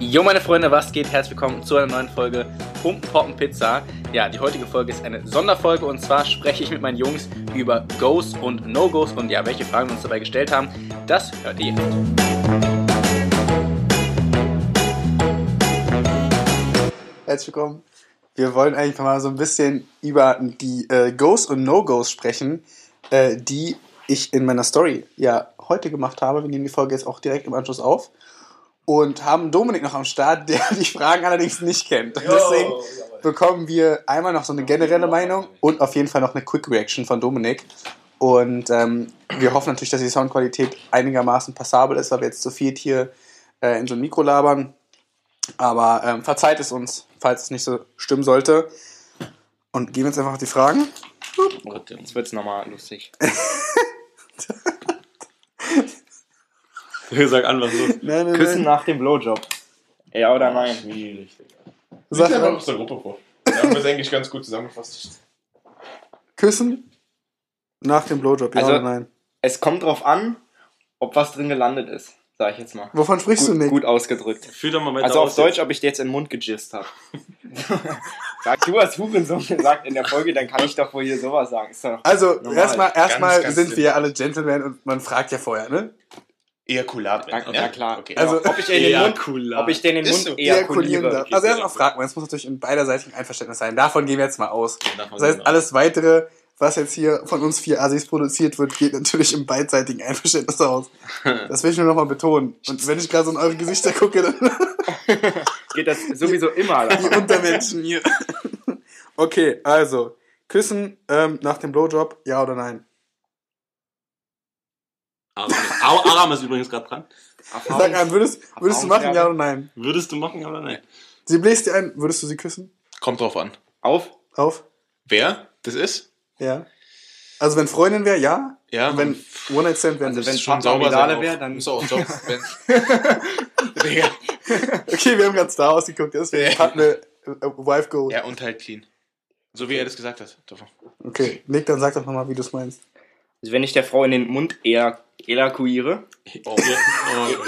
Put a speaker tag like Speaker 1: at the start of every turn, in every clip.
Speaker 1: Jo, meine Freunde, was geht? Herzlich willkommen zu einer neuen Folge Pumpen, Poppen, Pizza. Ja, die heutige Folge ist eine Sonderfolge und zwar spreche ich mit meinen Jungs über Goes und No-Goes und ja, welche Fragen wir uns dabei gestellt haben. Das hört ihr jetzt.
Speaker 2: Herzlich willkommen. Wir wollen eigentlich mal so ein bisschen über die äh, Goes und No-Goes sprechen, äh, die ich in meiner Story ja heute gemacht habe. Wir nehmen die Folge jetzt auch direkt im Anschluss auf und haben Dominik noch am Start, der die Fragen allerdings nicht kennt. Und deswegen bekommen wir einmal noch so eine generelle Meinung und auf jeden Fall noch eine Quick Reaction von Dominik. Und ähm, wir hoffen natürlich, dass die Soundqualität einigermaßen passabel ist, weil wir jetzt zu viert hier äh, in so ein Mikro labern. Aber ähm, verzeiht es uns, falls es nicht so stimmen sollte. Und gehen wir jetzt einfach auf die Fragen.
Speaker 1: Oh Gott, jetzt wird's nochmal lustig.
Speaker 3: Sag an, was los.
Speaker 2: Nein, nein,
Speaker 3: Küssen nach dem Blowjob. Ja oder nein?
Speaker 4: Schwierig, Digga.
Speaker 2: Sag
Speaker 4: Sag mal
Speaker 2: mal,
Speaker 4: aus der Gruppe vor. Da haben wir es eigentlich ganz gut zusammengefasst.
Speaker 2: küssen nach dem Blowjob, ja
Speaker 3: Also-
Speaker 2: oder nein?
Speaker 3: Es kommt drauf an, ob was drin gelandet ist, sag ich jetzt mal.
Speaker 2: Wovon sprichst
Speaker 3: Gut,
Speaker 2: du, Nick?
Speaker 3: gut ausgedrückt.
Speaker 4: Fühl doch mal weiter
Speaker 3: Also auf Deutsch, ob ich dir jetzt in den Mund gejist habe. Sag du hast Hurensohn gesagt in der Folge, dann kann ich doch wohl hier sowas sagen. Ist doch
Speaker 2: Also,
Speaker 3: Normal.
Speaker 2: erstmal erstmal
Speaker 4: Ganz, ganz
Speaker 2: sind wir
Speaker 4: simpel.
Speaker 2: ja alle Gentlemen und man fragt ja vorher, ne?
Speaker 4: Ejakulat.
Speaker 3: na, na klar.
Speaker 4: Okay.
Speaker 2: Also-
Speaker 3: ob ich dir in den Mund, ob ich dir in den Mund
Speaker 4: Ist so.
Speaker 2: Ejakulieren
Speaker 3: ejakuliere.
Speaker 2: darf. Also, erstmal fragt man, es muss natürlich in beiderseitigem Einverständnis sein. Davon gehen wir jetzt mal aus.
Speaker 4: darf man
Speaker 2: Das heißt,
Speaker 4: genau.
Speaker 2: alles weitere, was jetzt hier von uns vier Assis produziert wird, geht natürlich im beidseitigen Einverständnis aus. Das will ich nur nochmal betonen. Und wenn ich gerade so in eure Gesichter gucke, dann
Speaker 3: Geht das sowieso immer.
Speaker 2: die
Speaker 3: davon.
Speaker 2: Untermenschen hier. Okay, also, küssen ähm, nach dem Blowjob, ja oder nein?
Speaker 5: Aram ist, Ar- Aram ist übrigens gerade dran.
Speaker 2: Sag einem, würdest, würdest du machen, ja oder nein?
Speaker 5: Würdest du machen, ja oder nein?
Speaker 2: Sie bläst dir ein, würdest du sie küssen?
Speaker 4: Kommt drauf an.
Speaker 3: Auf.
Speaker 2: Auf?
Speaker 4: Wer das ist?
Speaker 2: Ja. Also, wenn Freundin wäre, ja.
Speaker 4: Ja.
Speaker 2: Und wenn One-Night-Stand wäre,
Speaker 3: Also
Speaker 2: nicht.
Speaker 3: wenn
Speaker 4: Muss schon
Speaker 3: Papa
Speaker 4: sauber
Speaker 3: Vidale
Speaker 4: sein.
Speaker 3: wär,
Speaker 4: auch.
Speaker 3: dann-
Speaker 4: Muss auch sauber sein. Digga.
Speaker 2: Okay, wir haben gerade Star ausgeguckt, deswegen hat eine äh, Wife Goal.
Speaker 4: Ja, und halt clean. So wie er das gesagt hat. Doch.
Speaker 5: Oh.
Speaker 2: Okay, Nick, dann sag doch nochmal, wie du es meinst.
Speaker 3: Also wenn ich der Frau in den Mund eher ejakuliere,
Speaker 4: Oh.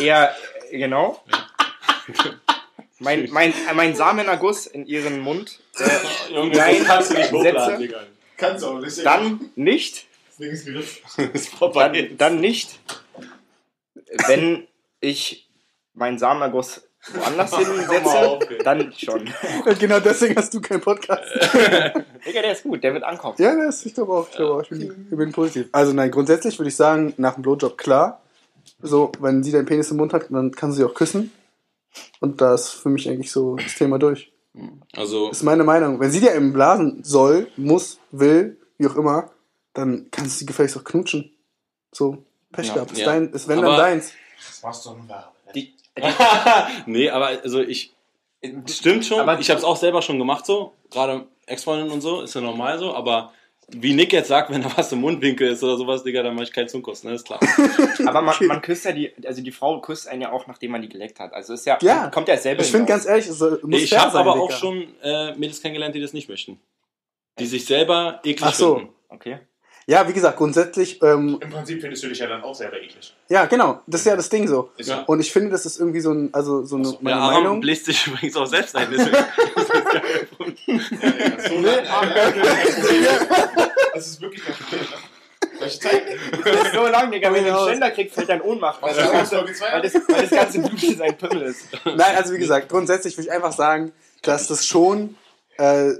Speaker 3: eher äh, genau. Mein, mein, äh, mein Samenerguss in ihren Mund. Äh,
Speaker 5: Junge,
Speaker 3: Nein,
Speaker 5: das kannst du nicht
Speaker 3: Sätze.
Speaker 5: hochladen, Digga.
Speaker 4: Kannst auch nicht.
Speaker 3: dann nicht.
Speaker 5: Das ist vorbei.
Speaker 3: Dann, dann nicht. Wenn ich meinen Samenerguss woanders
Speaker 5: auf,
Speaker 3: hinsetze,
Speaker 5: ey.
Speaker 3: dann schon.
Speaker 2: Und genau deswegen hast du keinen Podcast.
Speaker 3: Digga, der ist gut, der wird ankommen.
Speaker 2: Ja, das, ich glaube auch, ich, glaube auch. ich, bin, ich bin positiv. Also nein, grundsätzlich würde ich sagen, nach dem Blowjob klar. So, wenn sie deinen Penis im Mund hat, dann kann sie sie auch küssen. Und da ist für mich eigentlich so das Thema durch.
Speaker 5: Also,
Speaker 2: Das ist meine Meinung. Wenn sie dir eben blasen soll, muss, will, wie auch immer, dann kannst du sie gefälligst auch knutschen. So, Pech
Speaker 3: Ja,
Speaker 2: gehabt. Ist,
Speaker 5: ja.
Speaker 2: dein, ist wenn dann
Speaker 5: Aber-
Speaker 2: deins.
Speaker 4: Das machst du nur mal.
Speaker 3: Die,
Speaker 5: nee, aber also ich. Stimmt schon,
Speaker 3: Aber-
Speaker 5: aber ich habe es auch selber schon gemacht so. Gerade Ex-Freundin und so, ist ja normal so, aber. Wie Nick jetzt sagt, wenn da was im Mundwinkel ist oder sowas, Digga, dann mach ich keinen Zunkuss, ne? Ist klar.
Speaker 3: aber man, man küsst ja die, also die Frau küsst einen ja auch, nachdem man die geleckt hat. Also ist ja,
Speaker 2: Ja.
Speaker 3: kommt ja selber
Speaker 2: Ich finde
Speaker 3: hinaus.
Speaker 2: ganz ehrlich, es soll, muss
Speaker 5: Nee, ich
Speaker 2: fair
Speaker 5: habe
Speaker 2: sein,
Speaker 5: aber
Speaker 2: Digga.
Speaker 5: auch schon äh, Mädels kennengelernt, die das nicht möchten. Die sich selber eklig
Speaker 2: Ach so.
Speaker 5: finden.
Speaker 3: Okay.
Speaker 2: Ja, wie gesagt, grundsätzlich, ähm,
Speaker 4: Im Prinzip findest du dich ja dann auch selber eklig.
Speaker 2: ja, genau, das ist ja das Ding so.
Speaker 4: Ist
Speaker 5: Ja.
Speaker 4: ja.
Speaker 2: Und ich finde, das ist irgendwie so ein, also so eine
Speaker 4: so,
Speaker 2: meine
Speaker 5: ja, Aram
Speaker 2: Meinung.
Speaker 5: bläst sich übrigens auch selbst ein. deswegen-
Speaker 4: Das ist wirklich. Ich zeig
Speaker 3: Das ist so lang, Digga, wenn du
Speaker 2: Genau.
Speaker 3: einen Ständer kriegst, fällt dein Ohnmacht. Weil
Speaker 4: Ja,
Speaker 3: das, ganze,
Speaker 4: Folge zwei.
Speaker 3: weil, das, weil das ganze Blut sein Pimmel ist.
Speaker 2: Nein, also wie gesagt, grundsätzlich würde ich einfach sagen, dass das schon, äh,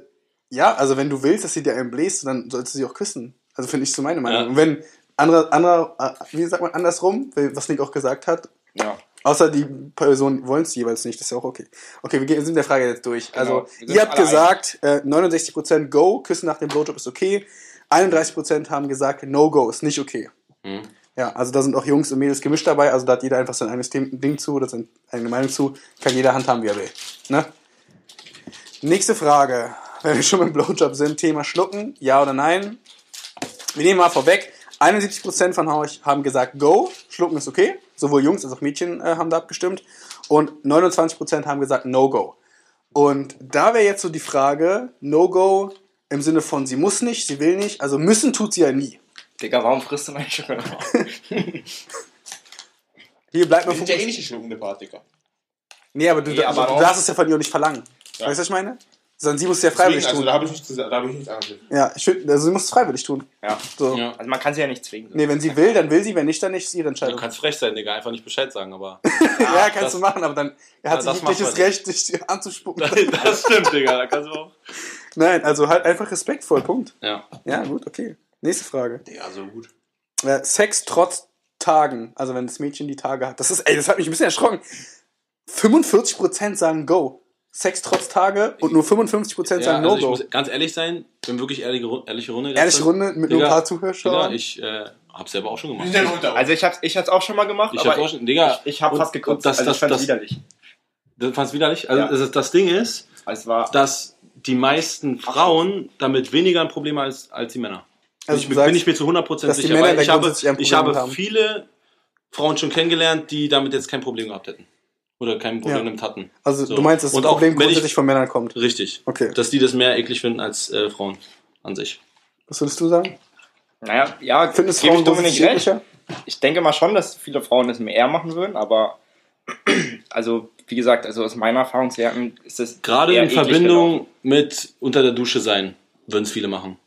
Speaker 2: ja, also wenn du willst, dass sie dir einen bläst, dann sollst du sie auch küssen. Also finde ich so meine Meinung.
Speaker 5: Ja.
Speaker 2: Und wenn anderer, anderer, äh, wie sagt man, andersrum, was Nick auch gesagt hat,
Speaker 3: Ja.
Speaker 2: außer die Personen wollen es jeweils nicht, das ist ja auch okay. Okay, wir gehen- sind der Frage jetzt durch.
Speaker 3: Genau,
Speaker 2: Also,
Speaker 3: wir sind
Speaker 2: ihr habt
Speaker 3: alle
Speaker 2: gesagt, äh, 69% Go, küssen nach dem Blowjob ist okay. 31% haben gesagt, No-Go ist nicht okay.
Speaker 3: Mhm.
Speaker 5: Hm.
Speaker 2: Ja, also da sind auch Jungs und Mädels gemischt dabei, also da hat jeder einfach sein eigenes Ding Ding zu oder seine eigene Meinung zu. Kann jeder handhaben, wie er will. Ne? Nächste Frage. Wenn wir schon beim Blowjob sind, Thema Schlucken, ja oder nein? Wir nehmen mal vorweg, 71% von euch haben gesagt Go, Schlucken ist okay. Sowohl Jungs als auch Mädchen äh, haben da abgestimmt. Und 29% haben gesagt No-Go. Und da wäre jetzt so die Frage, No-Go im Sinne von sie muss nicht, sie will nicht, also müssen tut sie ja nie.
Speaker 3: Digga, warum frisst du meine Schokolade?
Speaker 2: Hier bleibt
Speaker 4: Wir
Speaker 2: man eh
Speaker 4: sind ja eh nicht die schluckende Part, Digga.
Speaker 2: Nee, aber du,
Speaker 4: Nee, aber
Speaker 2: du,
Speaker 4: auch-
Speaker 2: darfst es ja von ihr auch nicht verlangen.
Speaker 4: Ja.
Speaker 2: Weißt du, was ich meine? Sondern sie muss es ja freiwillig
Speaker 4: Deswegen, also da
Speaker 2: tun.
Speaker 4: habe ich nichts zu sagen, da habe ich nichts angesehen.
Speaker 2: ja, ich find, also sie muss es freiwillig tun.
Speaker 3: Ja.
Speaker 2: So.
Speaker 5: Ja.
Speaker 3: Also man kann sie ja nicht zwingen.
Speaker 2: Nee, wenn sie will, dann will sie, wenn nicht, dann nicht, ist ihre
Speaker 5: Du
Speaker 2: Entscheidung.
Speaker 5: kannst frech sein, Digga, einfach nicht Bescheid sagen, aber.
Speaker 2: ja, kannst
Speaker 5: das-
Speaker 2: du machen, aber dann
Speaker 5: Ja,
Speaker 2: hat sie
Speaker 5: das
Speaker 2: jegliches
Speaker 5: macht man
Speaker 2: Recht, dich anzuspucken.
Speaker 5: das stimmt, Digga, da kannst du auch.
Speaker 2: Nein, also halt einfach respektvoll, Punkt.
Speaker 5: Ja.
Speaker 2: Ja, gut, okay. Nächste Frage.
Speaker 5: Ja, so gut.
Speaker 2: Äh, Sex trotz Tagen, also wenn das Mädchen die Tage hat. Das ist, ey, das hat mich ein bisschen erschrocken. 45% sagen Go. Sex trotz Tage und nur 55%
Speaker 5: Ja,
Speaker 2: sagen
Speaker 5: also ich
Speaker 2: No-Go.
Speaker 5: muss ganz ehrlich sein, wenn wirklich ehrliche, Ru- ehrliche Runde.
Speaker 2: Ehrliche Runde mit nur ein
Speaker 5: Digga,
Speaker 2: paar
Speaker 5: Digga,
Speaker 2: Zuhörern.
Speaker 5: ich äh, hab's selber auch schon
Speaker 4: Bin
Speaker 5: gemacht.
Speaker 4: ich denn unter uns?
Speaker 3: Also ich hab's, ich hab's auch schon mal gemacht,
Speaker 5: Ich
Speaker 3: aber
Speaker 5: hab auch schon, Digga,
Speaker 3: ich, ich hab
Speaker 5: und-
Speaker 3: fast gekotzt.
Speaker 5: und Das,
Speaker 3: also
Speaker 5: das,
Speaker 3: ich fand's
Speaker 5: das, das,
Speaker 3: widerlich.
Speaker 5: fand's widerlich. Also
Speaker 3: Ja.
Speaker 5: das, ist- das Ding ist,
Speaker 3: Also es war
Speaker 5: dass die meisten Frauen damit weniger ein Problem haben als, als die Männer.
Speaker 2: Also
Speaker 5: ich,
Speaker 2: du
Speaker 5: bin-
Speaker 2: sagst,
Speaker 5: bin ich mir zu 100%
Speaker 2: dass die
Speaker 5: sicher,
Speaker 2: Männer
Speaker 5: weil
Speaker 2: da
Speaker 5: ich habe,
Speaker 2: grundsätzlich ein
Speaker 5: ich
Speaker 2: Problem
Speaker 5: habe
Speaker 2: haben.
Speaker 5: viele Frauen schon kennengelernt, die damit jetzt kein Problem gehabt hätten. Oder kein Problem
Speaker 2: Ja.
Speaker 5: damit hatten.
Speaker 2: also
Speaker 5: So.
Speaker 2: du meinst, dass das
Speaker 5: Und auch
Speaker 2: Problem
Speaker 5: wenn ich-
Speaker 2: grundsätzlich von Männern kommt.
Speaker 5: Richtig.
Speaker 2: Okay.
Speaker 5: Dass die das mehr eklig finden als äh, Frauen an sich.
Speaker 2: Was würdest du sagen?
Speaker 3: naja, ja,
Speaker 2: Findest
Speaker 3: gebe ich
Speaker 2: Frauen
Speaker 3: Dominik
Speaker 2: grundsätzlich
Speaker 3: recht.
Speaker 2: ekliger?
Speaker 3: Ich denke mal schon, dass viele Frauen das mehr machen würden, aber also wie gesagt, also aus meiner Erfahrungswerten ist das
Speaker 5: Gerade
Speaker 3: eher
Speaker 5: in
Speaker 3: eklig
Speaker 5: Verbindung mit unter der Dusche sein, würden es viele machen.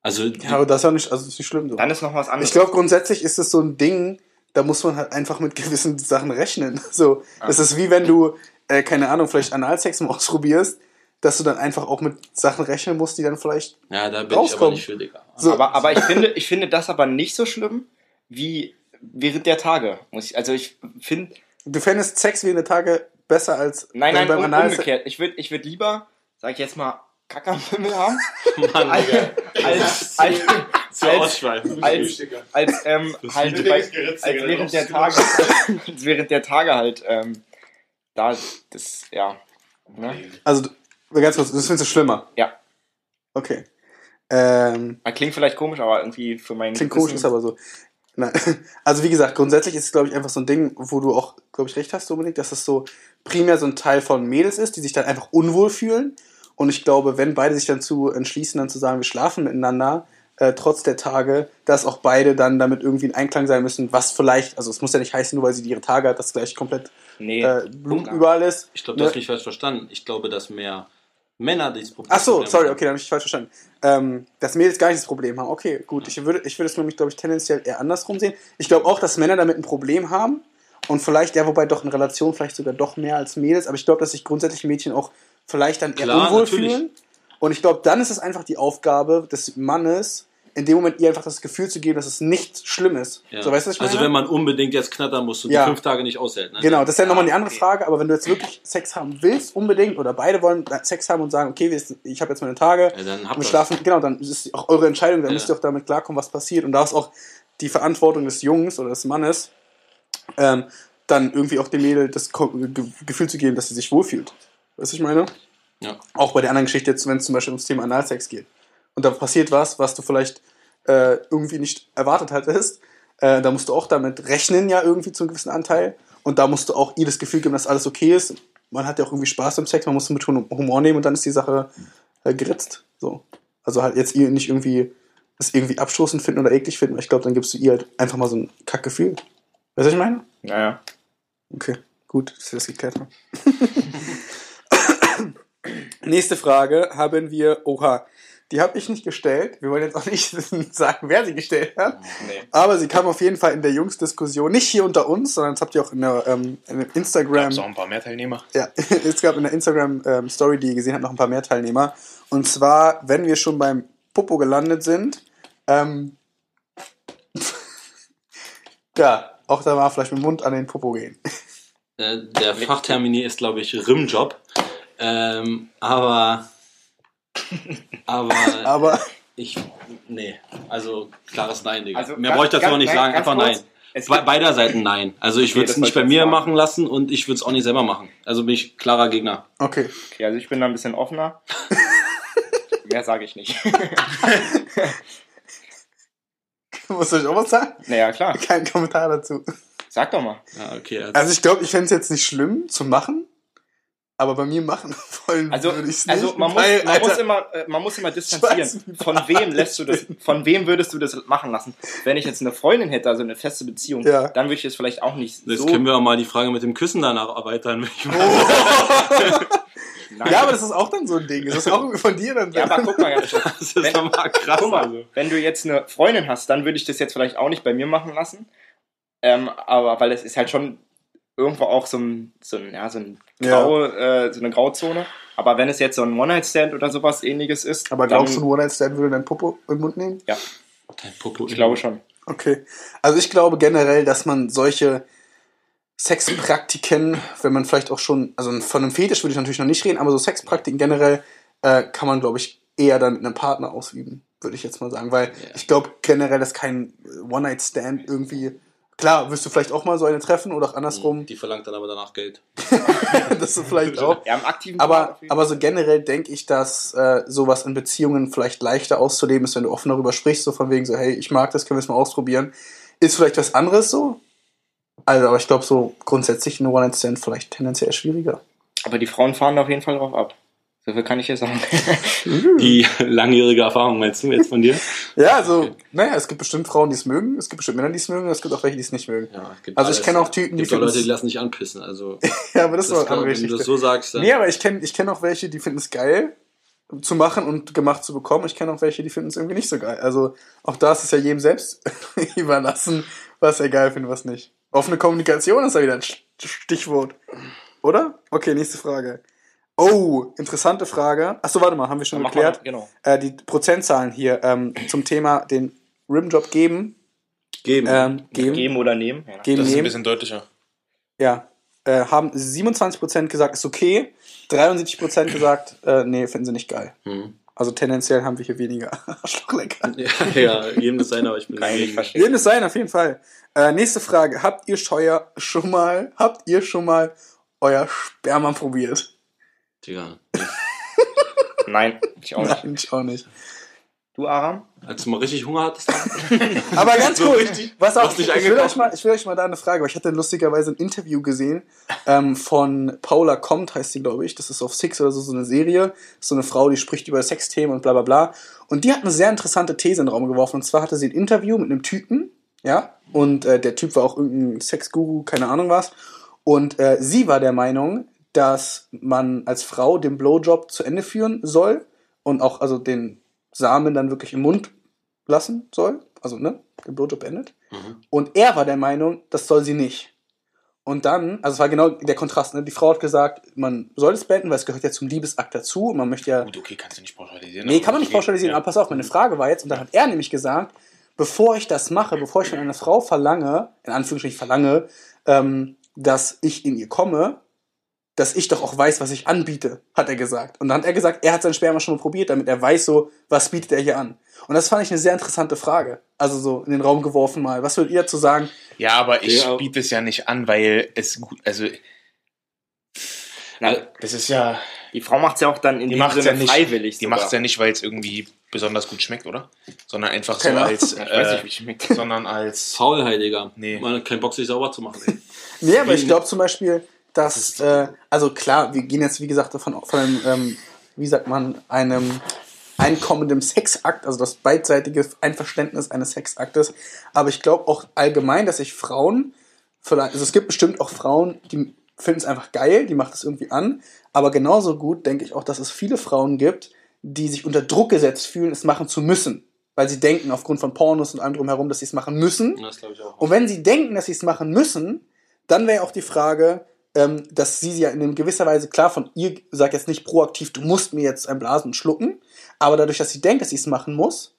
Speaker 5: Also die-
Speaker 2: Ja, aber das ist ja nicht, also das ist nicht schlimm so.
Speaker 3: Dann ist noch was anderes.
Speaker 2: Ich glaube, grundsätzlich ist es so ein Ding, da muss man halt einfach mit gewissen Sachen rechnen. So, es ist wie wenn du, äh, keine Ahnung, vielleicht Analsex mal ausprobierst, dass du dann einfach auch mit Sachen rechnen musst, die dann vielleicht.
Speaker 5: ja, da bin ich aber
Speaker 2: rauskommen.
Speaker 5: nicht für, Digga.
Speaker 2: So,
Speaker 3: aber, aber ich finde, ich finde das aber nicht so schlimm wie während der Tage. Muss ich, also ich finde,
Speaker 2: du fändest Sex wie in der Tage besser als
Speaker 3: nein, nein,
Speaker 2: beim
Speaker 3: un
Speaker 2: Analsex.
Speaker 3: umgekehrt. Ich würde ich würd lieber, sag ich jetzt mal, Kack am Himmel haben,
Speaker 5: Mann, Digga.
Speaker 3: als, als,
Speaker 5: Zu
Speaker 3: als-
Speaker 5: ausschweifen.
Speaker 3: als, als, ähm, halt
Speaker 4: Mit
Speaker 3: bei,
Speaker 4: links geritzt,
Speaker 3: als
Speaker 4: Digga,
Speaker 3: während der
Speaker 4: dann
Speaker 3: Tage, als während der Tage halt, ähm, da, das, ja. Ne?
Speaker 2: Also, du- ganz kurz, das findest du schlimmer.
Speaker 3: Ja.
Speaker 2: Okay. Ähm,
Speaker 3: Man klingt vielleicht komisch, aber irgendwie für meinen
Speaker 2: Klingt komisch, ist
Speaker 3: Gewissen-
Speaker 2: aber so. Nein. Also wie gesagt, grundsätzlich ist es, glaube ich, einfach so ein Ding, wo du auch, glaube ich, recht hast, Dominik, dass es so primär so ein Teil von Mädels ist, die sich dann einfach unwohl fühlen. Und ich glaube, wenn beide sich dann zu entschließen, dann zu sagen, wir schlafen miteinander, äh, trotz der Tage, dass auch beide dann damit irgendwie in Einklang sein müssen, was vielleicht, also es muss ja nicht heißen, nur weil sie ihre Tage hat, dass gleich komplett
Speaker 3: Nee.
Speaker 2: äh, Blut überall ist.
Speaker 5: Ich glaube, du hast
Speaker 2: Ne?
Speaker 5: mich falsch verstanden. Ich glaube, dass mehr Männer dieses Problem
Speaker 2: Ach so,
Speaker 5: haben.
Speaker 2: sorry, okay, da habe ich falsch verstanden. Ähm, dass Mädels gar nicht das Problem haben. Okay, gut. Ich würde, ich würde es nämlich, glaube ich, tendenziell eher andersrum sehen. Ich glaube auch, dass Männer damit ein Problem haben. Und vielleicht, ja, wobei doch in Relation vielleicht sogar doch mehr als Mädels. Aber ich glaube, dass sich grundsätzlich Mädchen auch vielleicht dann eher
Speaker 5: Klar,
Speaker 2: unwohl
Speaker 5: natürlich.
Speaker 2: fühlen. Und ich glaube, dann ist es einfach die Aufgabe des Mannes, in dem Moment ihr einfach das Gefühl zu geben, dass es nicht schlimm ist.
Speaker 5: Ja.
Speaker 2: So, weißt du, was ich meine?
Speaker 5: also wenn man unbedingt jetzt knattern muss und
Speaker 2: Ja.
Speaker 5: die fünf Tage nicht aushält. Ne?
Speaker 2: Genau, das ist ja nochmal eine andere
Speaker 3: okay.
Speaker 2: Frage, aber wenn du jetzt wirklich Sex haben willst, unbedingt, oder beide wollen Sex haben und sagen, okay, wir- ich habe jetzt meine Tage,
Speaker 5: Ja, dann habt
Speaker 2: wir
Speaker 5: das.
Speaker 2: schlafen, genau, dann ist es auch eure Entscheidung, dann
Speaker 5: Ja.
Speaker 2: müsst ihr auch damit klarkommen, was passiert und da ist auch die Verantwortung des Jungs oder des Mannes, ähm, dann irgendwie auch dem Mädel das Ko- Ge- Gefühl zu geben, dass sie sich wohlfühlt. Weißt du, ich meine?
Speaker 5: Ja.
Speaker 2: Auch bei der anderen Geschichte, jetzt, wenn es zum Beispiel ums Thema Analsex geht. Und da passiert was, was du vielleicht äh, irgendwie nicht erwartet hattest. Äh, da musst du auch damit rechnen, ja, irgendwie zu einem gewissen Anteil. Und da musst du auch ihr das Gefühl geben, dass alles okay ist. Man hat ja auch irgendwie Spaß beim Sex, man muss es mit Hum- Humor nehmen und dann ist die Sache äh, geritzt. So. Also halt jetzt ihr nicht irgendwie das irgendwie abstoßend finden oder eklig finden. Ich glaube, dann gibst du ihr halt einfach mal so ein Kackgefühl. Weißt du, was ich meine?
Speaker 3: Naja.
Speaker 2: Okay, gut, dass wir das geklärt haben. Nächste Frage haben wir, oha, die habe ich nicht gestellt. Wir wollen jetzt auch nicht sagen, wer sie gestellt hat.
Speaker 3: Nee.
Speaker 2: Aber sie kam auf jeden Fall in der Jungsdiskussion, nicht hier unter uns, sondern das habt ihr auch in der ähm, in dem Instagram.
Speaker 4: auch ein paar mehr Teilnehmer.
Speaker 2: Ja, es gab in der Instagram-Story, die ihr gesehen habt, noch ein paar mehr Teilnehmer. Und zwar, wenn wir schon beim Popo gelandet sind, ähm, ja, auch da war vielleicht mit dem Mund an den Popo gehen.
Speaker 5: Äh, der Fachtermini ist, glaube ich, Rimjob. Ähm, aber. Aber.
Speaker 2: Aber
Speaker 5: ich. Nee. Also, klares Nein, Digga.
Speaker 3: Also,
Speaker 5: Mehr
Speaker 3: ganz-
Speaker 5: brauche ich dazu
Speaker 3: ganz-
Speaker 5: auch nicht
Speaker 3: nein,
Speaker 5: sagen.
Speaker 3: ganz
Speaker 5: Einfach
Speaker 3: kurz.
Speaker 5: Nein.
Speaker 3: Es
Speaker 5: Be
Speaker 3: gibt,
Speaker 5: beider Seiten Nein. Also, ich
Speaker 3: Okay,
Speaker 5: würde es
Speaker 3: das
Speaker 5: nicht
Speaker 3: wollte
Speaker 5: bei
Speaker 3: ich
Speaker 5: mir
Speaker 3: jetzt
Speaker 5: machen lassen und ich würde es auch nicht selber machen. Also bin ich klarer Gegner.
Speaker 2: okay.
Speaker 3: okay, also ich bin da ein bisschen offener. Mehr sage ich nicht.
Speaker 2: Muss ich auch was sagen?
Speaker 3: naja, klar.
Speaker 2: Kein Kommentar dazu.
Speaker 3: Sag doch mal.
Speaker 5: Ja, okay. Also,
Speaker 2: Also ich glaube, ich fände es jetzt nicht schlimm zu machen. aber bei mir machen wollen
Speaker 3: Also,
Speaker 2: würde ich es nicht.
Speaker 3: also man, muss,
Speaker 2: weil,
Speaker 3: man, muss
Speaker 2: Alter,
Speaker 3: immer, äh, man muss immer
Speaker 2: weiß
Speaker 3: distanzieren.
Speaker 2: nicht,
Speaker 3: Von wem lässt du das, von wem würdest du das machen lassen? Wenn ich jetzt eine Freundin hätte, also eine feste Beziehung,
Speaker 2: Ja.
Speaker 3: dann würde ich das vielleicht auch nicht
Speaker 5: Jetzt
Speaker 3: so.
Speaker 5: können wir auch mal die Frage mit dem Küssen danach erweitern.
Speaker 3: Nein.
Speaker 2: ja, aber das ist auch dann so ein Ding. Ist das auch von dir dann?
Speaker 3: ja, aber guck mal ganz kurz.
Speaker 5: Das ist doch mal krass.
Speaker 3: Guck mal,
Speaker 5: also.
Speaker 3: wenn du jetzt eine Freundin hast, dann würde ich das jetzt vielleicht auch nicht bei mir machen lassen. Ähm, aber weil es ist halt schon irgendwo auch so ein, so ein, ja, so, ein
Speaker 2: Ja.
Speaker 3: graue, äh, so eine Grauzone. Aber wenn es jetzt so ein One-Night-Stand oder sowas ähnliches ist,
Speaker 2: aber
Speaker 3: dann,
Speaker 2: glaubst du, ein One-Night-Stand würde dein Popo im Mund nehmen?
Speaker 5: Dein Popo.
Speaker 3: Ich glaube schon.
Speaker 2: Okay. Also ich glaube generell, dass man solche Sexpraktiken, wenn man vielleicht auch schon, also von einem Fetisch würde ich natürlich noch nicht reden, aber so Sexpraktiken generell äh, kann man, glaube ich, eher dann mit einem Partner ausüben, würde ich jetzt mal sagen. Weil ich glaube generell, dass kein äh, One-Night-Stand irgendwie. Klar, wirst du vielleicht auch mal so eine treffen oder auch andersrum.
Speaker 5: Die verlangt dann aber danach Geld.
Speaker 2: das ist vielleicht auch.
Speaker 3: Ja, im aktiven Part
Speaker 2: Aber,
Speaker 3: auf jeden
Speaker 2: aber so generell denke ich, dass äh, sowas in Beziehungen vielleicht leichter auszuleben ist, wenn du offen darüber sprichst, so von wegen so, hey, ich mag das, können wir es mal ausprobieren. Ist vielleicht was anderes so? Also, aber ich glaube, so grundsätzlich eine One-Night-Stand vielleicht tendenziell schwieriger.
Speaker 3: Aber die Frauen fahren da auf jeden Fall drauf ab. So viel kann ich hier sagen.
Speaker 5: Hm. Die langjährige Erfahrung meinst du jetzt von dir?
Speaker 2: Ja, also, naja, es gibt bestimmt Frauen, die es mögen, es gibt bestimmt Männer, die es mögen, und es gibt auch welche, die es nicht mögen.
Speaker 5: Ja, gibt
Speaker 2: Also ich
Speaker 5: alles.
Speaker 2: kenne auch Typen, die
Speaker 5: gibt auch
Speaker 2: finden's-
Speaker 5: Leute, die lassen dich anpissen. Also
Speaker 2: Ja, aber das, ist
Speaker 5: das
Speaker 2: auch eine
Speaker 5: kann,
Speaker 2: andere
Speaker 5: wenn du
Speaker 2: Geschichte.
Speaker 5: das so sagst, dann
Speaker 2: Nee, aber ich kenne ich kenn auch welche, die finden es geil um zu machen und gemacht zu bekommen. Ich kenne auch welche, die finden es irgendwie nicht so geil. Also auch da ist es ja jedem selbst überlassen, was er geil findet, was nicht. Offene Kommunikation ist ja wieder ein Sch- Stichwort. Oder? Okay, nächste Frage. Oh, interessante Frage. Achso, warte mal, haben wir schon
Speaker 3: Mach mal-
Speaker 2: geklärt.
Speaker 3: genau.
Speaker 2: Äh, die Prozentzahlen hier ähm, zum Thema den Rimjob geben.
Speaker 5: geben.
Speaker 2: Ähm, geben, geben,
Speaker 3: Geben oder nehmen. Ja.
Speaker 4: Das ist ein
Speaker 2: nehmen.
Speaker 4: bisschen deutlicher.
Speaker 2: Ja. Äh, haben 27% gesagt, ist okay. 73% gesagt, äh, nee, finden sie nicht geil.
Speaker 5: Hm.
Speaker 2: Also tendenziell haben wir hier weniger Arschlochlecker.
Speaker 5: Ja, ja, jedem das seine, aber ich bin
Speaker 3: Kann ich nicht
Speaker 5: dagegen.
Speaker 3: verstehen.
Speaker 2: Jedem es sein, auf jeden Fall. Äh, nächste Frage. Habt ihr scheuer schon mal, habt ihr schon mal euer Sperma probiert?
Speaker 5: Digga.
Speaker 3: Nein, ich auch nicht.
Speaker 2: Nein, ich auch nicht.
Speaker 3: Du, Aram?
Speaker 5: Als du mal richtig Hunger hattest,
Speaker 2: Aber ganz
Speaker 5: So
Speaker 2: cool.
Speaker 5: richtig?
Speaker 2: Was
Speaker 5: Du
Speaker 2: auch,
Speaker 5: hast
Speaker 2: ich,
Speaker 5: nicht
Speaker 2: will
Speaker 5: eingekocht?
Speaker 2: euch mal, ich will euch mal da eine Frage, weil ich hatte lustigerweise ein Interview gesehen ähm, von Paula Compt, heißt sie, glaube ich. Das ist auf Six oder so, so eine Serie. Ist so eine Frau, die spricht über Sexthemen und bla bla bla. Und die hat eine sehr interessante These in den Raum geworfen. Und zwar hatte sie ein Interview mit einem Typen, ja, und äh, der Typ war auch irgendein Sexguru, keine Ahnung was. Und äh, sie war der Meinung, dass man als Frau den Blowjob zu Ende führen soll und auch also den Samen dann wirklich im Mund lassen soll. Also, ne? Der Blowjob endet.
Speaker 4: Mhm.
Speaker 2: Und er war der Meinung, das soll sie nicht. Und dann, also es war genau der Kontrast, ne? Die Frau hat gesagt, man soll es beenden, weil es gehört ja zum Liebesakt dazu. Und man möchte ja.
Speaker 4: Gut, okay, kannst du nicht pauschalisieren.
Speaker 2: Nee,
Speaker 4: aber
Speaker 2: kann man nicht
Speaker 4: okay.
Speaker 2: pauschalisieren,
Speaker 4: Ja.
Speaker 2: aber pass auf, meine Frage war jetzt, und dann hat er nämlich gesagt, bevor ich das mache, bevor ich von einer Frau verlange, in Anführungsstrichen verlange, ähm, dass ich in ihr komme, dass ich doch auch weiß, was ich anbiete, hat er gesagt. Und dann hat er gesagt, er hat sein Sperma schon mal probiert, damit er weiß so, was bietet er hier an. Und das fand ich eine sehr interessante Frage. Also so in den Raum geworfen mal. Was würdet ihr dazu sagen?
Speaker 4: Ja, aber ich
Speaker 5: Ja, aber-
Speaker 4: biete es ja nicht an, weil es gut, also
Speaker 3: Na,
Speaker 4: das ist ja,
Speaker 3: die Frau macht's ja auch dann in
Speaker 4: die
Speaker 3: dem
Speaker 4: macht es
Speaker 3: Sinne
Speaker 4: ja nicht,
Speaker 3: freiwillig.
Speaker 4: die
Speaker 3: sogar.
Speaker 4: macht's ja nicht, weil es irgendwie besonders gut schmeckt, oder? Sondern einfach so
Speaker 2: Keine Ahnung.
Speaker 4: als,
Speaker 3: Ich weiß nicht,
Speaker 4: äh,
Speaker 3: wie es schmeckt.
Speaker 4: sondern als,
Speaker 5: Faulheit, Digga.
Speaker 4: Nee.
Speaker 5: Man hat keinen Bock, sich sauber zu machen. Ey.
Speaker 2: Nee, aber ich glaube zum Beispiel, dass, äh, also klar, wir gehen jetzt, wie gesagt, davon, von einem, ähm, wie sagt man, einem einkommenden Sexakt, also das beidseitige Einverständnis eines Sexaktes. Aber ich glaube auch allgemein, dass ich Frauen, vielleicht, also es gibt bestimmt auch Frauen, die finden es einfach geil, die macht es irgendwie an. Aber genauso gut denke ich auch, dass es viele Frauen gibt, die sich unter Druck gesetzt fühlen, es machen zu müssen. Weil sie denken, aufgrund von Pornos und allem drumherum, dass sie es machen müssen.
Speaker 5: Das glaube ich auch.
Speaker 2: Und wenn sie denken, dass sie es machen müssen, dann wäre ja auch die Frage, ähm, dass sie ja in gewisser Weise klar von ihr, sag jetzt nicht proaktiv, du musst mir jetzt ein Blasen schlucken, aber dadurch, dass sie denkt, dass sie es machen muss,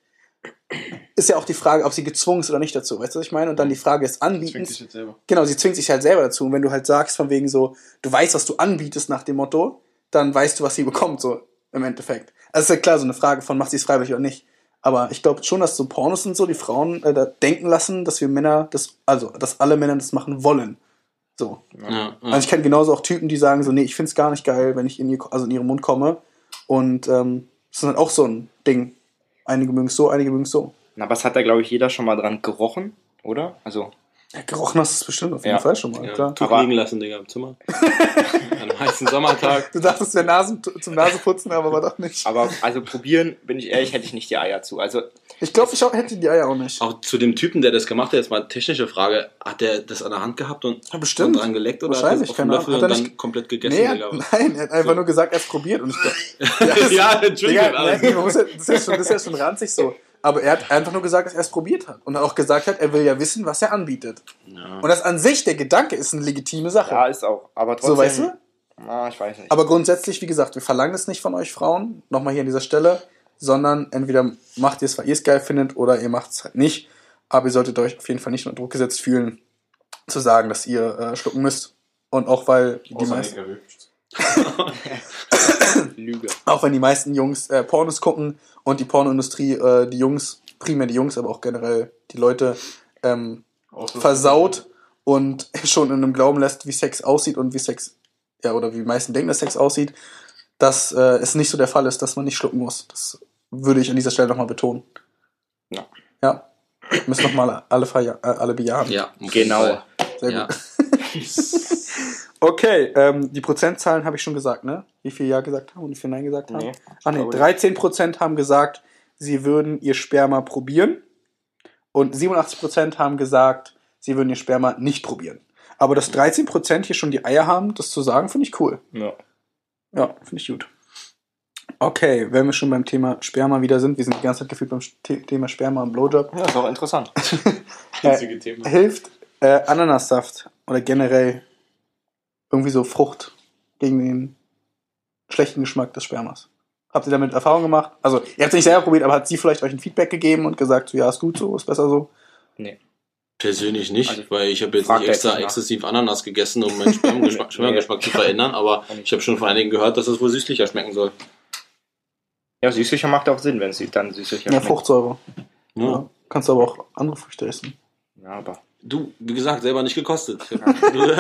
Speaker 2: ist ja auch die Frage, ob sie gezwungen ist oder nicht dazu. Weißt du, was ich meine? Und dann die Frage des Anbietens.
Speaker 4: jetzt selber.
Speaker 2: Genau, sie zwingt sich halt selber dazu. Und wenn du halt sagst, von wegen so, du weißt, was du anbietest nach dem Motto, dann weißt du, was sie bekommt, so im Endeffekt. Also ist ja klar, so eine Frage von, macht sie es freiwillig oder nicht. Aber ich glaube schon, dass so Pornos und so die Frauen äh, da denken lassen, dass wir Männer das, also, dass alle Männer das machen wollen. So.
Speaker 5: Ja,
Speaker 3: Mhm.
Speaker 5: ja.
Speaker 2: Also ich kenne genauso auch Typen, die sagen so, nee, ich find's gar nicht geil, wenn ich in, ihr, also in ihren Mund komme. Und ähm, das ist halt auch so ein Ding. Einige mögen es so, einige mögen es so.
Speaker 3: Na, was hat da, glaube ich, jeder schon mal dran gerochen, oder? Also,
Speaker 2: Ja, gerochen hast du es bestimmt auf jeden
Speaker 3: Ja.
Speaker 2: Fall schon mal,
Speaker 5: Ja,
Speaker 2: klar.
Speaker 5: Tuch
Speaker 3: Aber-
Speaker 5: liegen lassen, Digga, im Zimmer. An einem heißen Sommertag.
Speaker 2: Du dachtest, wir Nasen zum Naseputzen, aber war doch nicht.
Speaker 3: Aber also probieren, bin ich ehrlich, hätte ich nicht die Eier zu. Also
Speaker 2: Ich glaube, ich hätte die Eier auch nicht.
Speaker 5: Auch zu dem Typen, der das gemacht hat, jetzt mal technische Frage. Hat der das an der Hand gehabt und
Speaker 2: Ja, bestimmt.
Speaker 5: und dran geleckt oder
Speaker 2: Wahrscheinlich,
Speaker 5: hat er
Speaker 2: keine
Speaker 5: das auf dem
Speaker 2: Ahnung. Hat
Speaker 5: Löffel und
Speaker 2: er
Speaker 5: dann
Speaker 2: nicht-
Speaker 5: komplett gegessen,
Speaker 2: Nee, er,
Speaker 5: Digga?
Speaker 2: nein, er hat einfach nur gesagt, er hat probiert. Und ich glaub,
Speaker 5: Ja, Entschuldigung,
Speaker 2: Digga,
Speaker 5: aber-
Speaker 2: nein, man muss ja, das, ist ja schon, das ist ja schon ranzig so. Aber er hat einfach nur gesagt, dass er es probiert hat. Und auch gesagt hat, er will ja wissen, was er anbietet.
Speaker 5: Ja.
Speaker 2: Und das an sich, der Gedanke, ist eine legitime Sache.
Speaker 3: ja, ist auch. Aber trotzdem.
Speaker 2: so, weißt du?
Speaker 3: Na, ich weiß nicht.
Speaker 2: Aber grundsätzlich, wie gesagt, wir verlangen es nicht von euch Frauen, nochmal hier an dieser Stelle, sondern entweder macht ihr es, weil ihr es geil findet, oder ihr macht es halt nicht. Aber ihr solltet euch auf jeden Fall nicht unter Druck gesetzt fühlen, zu sagen, dass ihr äh, schlucken müsst. Und auch weil die meisten,
Speaker 3: Lüge.
Speaker 2: auch wenn die meisten Jungs äh, Pornos gucken und die Pornoindustrie, äh, die Jungs, primär die Jungs, aber auch generell die Leute ähm, versaut und schon in einem Glauben lässt, wie Sex aussieht und wie Sex, ja, oder wie die meisten denken, dass Sex aussieht, dass äh, es nicht so der Fall ist, dass man nicht schlucken muss. Das würde ich an dieser Stelle nochmal betonen.
Speaker 3: Ja.
Speaker 2: Ja. Müssen nochmal alle, verja- äh, alle bejahen.
Speaker 5: Ja, auf jeden
Speaker 3: Genau.
Speaker 5: Fall.
Speaker 2: Sehr
Speaker 5: Ja.
Speaker 2: gut. Okay, ähm, die Prozentzahlen habe ich schon gesagt, ne? Wie viel Ja gesagt haben und wie viel Nein gesagt haben.
Speaker 3: Nee.
Speaker 2: Ah ne,
Speaker 3: glaube nicht.
Speaker 2: 13% haben gesagt, sie würden ihr Sperma probieren. Und 87% haben gesagt, sie würden ihr Sperma nicht probieren. Aber dass 13% hier schon die Eier haben, das zu sagen, finde ich cool.
Speaker 3: Ja.
Speaker 2: Ja, finde ich gut. Okay, wenn wir schon beim Thema Sperma wieder sind, wir sind die ganze Zeit gefühlt beim The- Thema Sperma und Blowjob.
Speaker 3: ja, ist auch interessant.
Speaker 5: Einzige Thema.
Speaker 2: Äh, Hilft äh, Ananassaft oder generell irgendwie so Frucht gegen den schlechten Geschmack des Spermas? Habt ihr damit Erfahrung gemacht? Also, ihr habt es nicht selber probiert, aber hat sie vielleicht euch ein Feedback gegeben und gesagt, so, ja, ist gut so, ist besser so?
Speaker 5: Persönlich nicht,
Speaker 3: Also,
Speaker 5: weil ich habe jetzt
Speaker 3: frag
Speaker 5: nicht
Speaker 3: da
Speaker 5: extra
Speaker 3: jetzt nicht nach.
Speaker 5: exzessiv Ananas gegessen, um meinen Spermgeschmack, Spermgeschmack zu verändern, aber ich habe schon von einigen gehört, dass es wohl süßlicher schmecken soll.
Speaker 3: Ja, süßlicher macht auch Sinn, wenn sie dann süßlicher
Speaker 2: Ja, Fruchtsäure.
Speaker 5: Ja.
Speaker 2: Ja. Kannst du aber auch andere Früchte essen.
Speaker 3: Ja, aber.
Speaker 5: Du, wie gesagt, selber nicht gekostet. Wie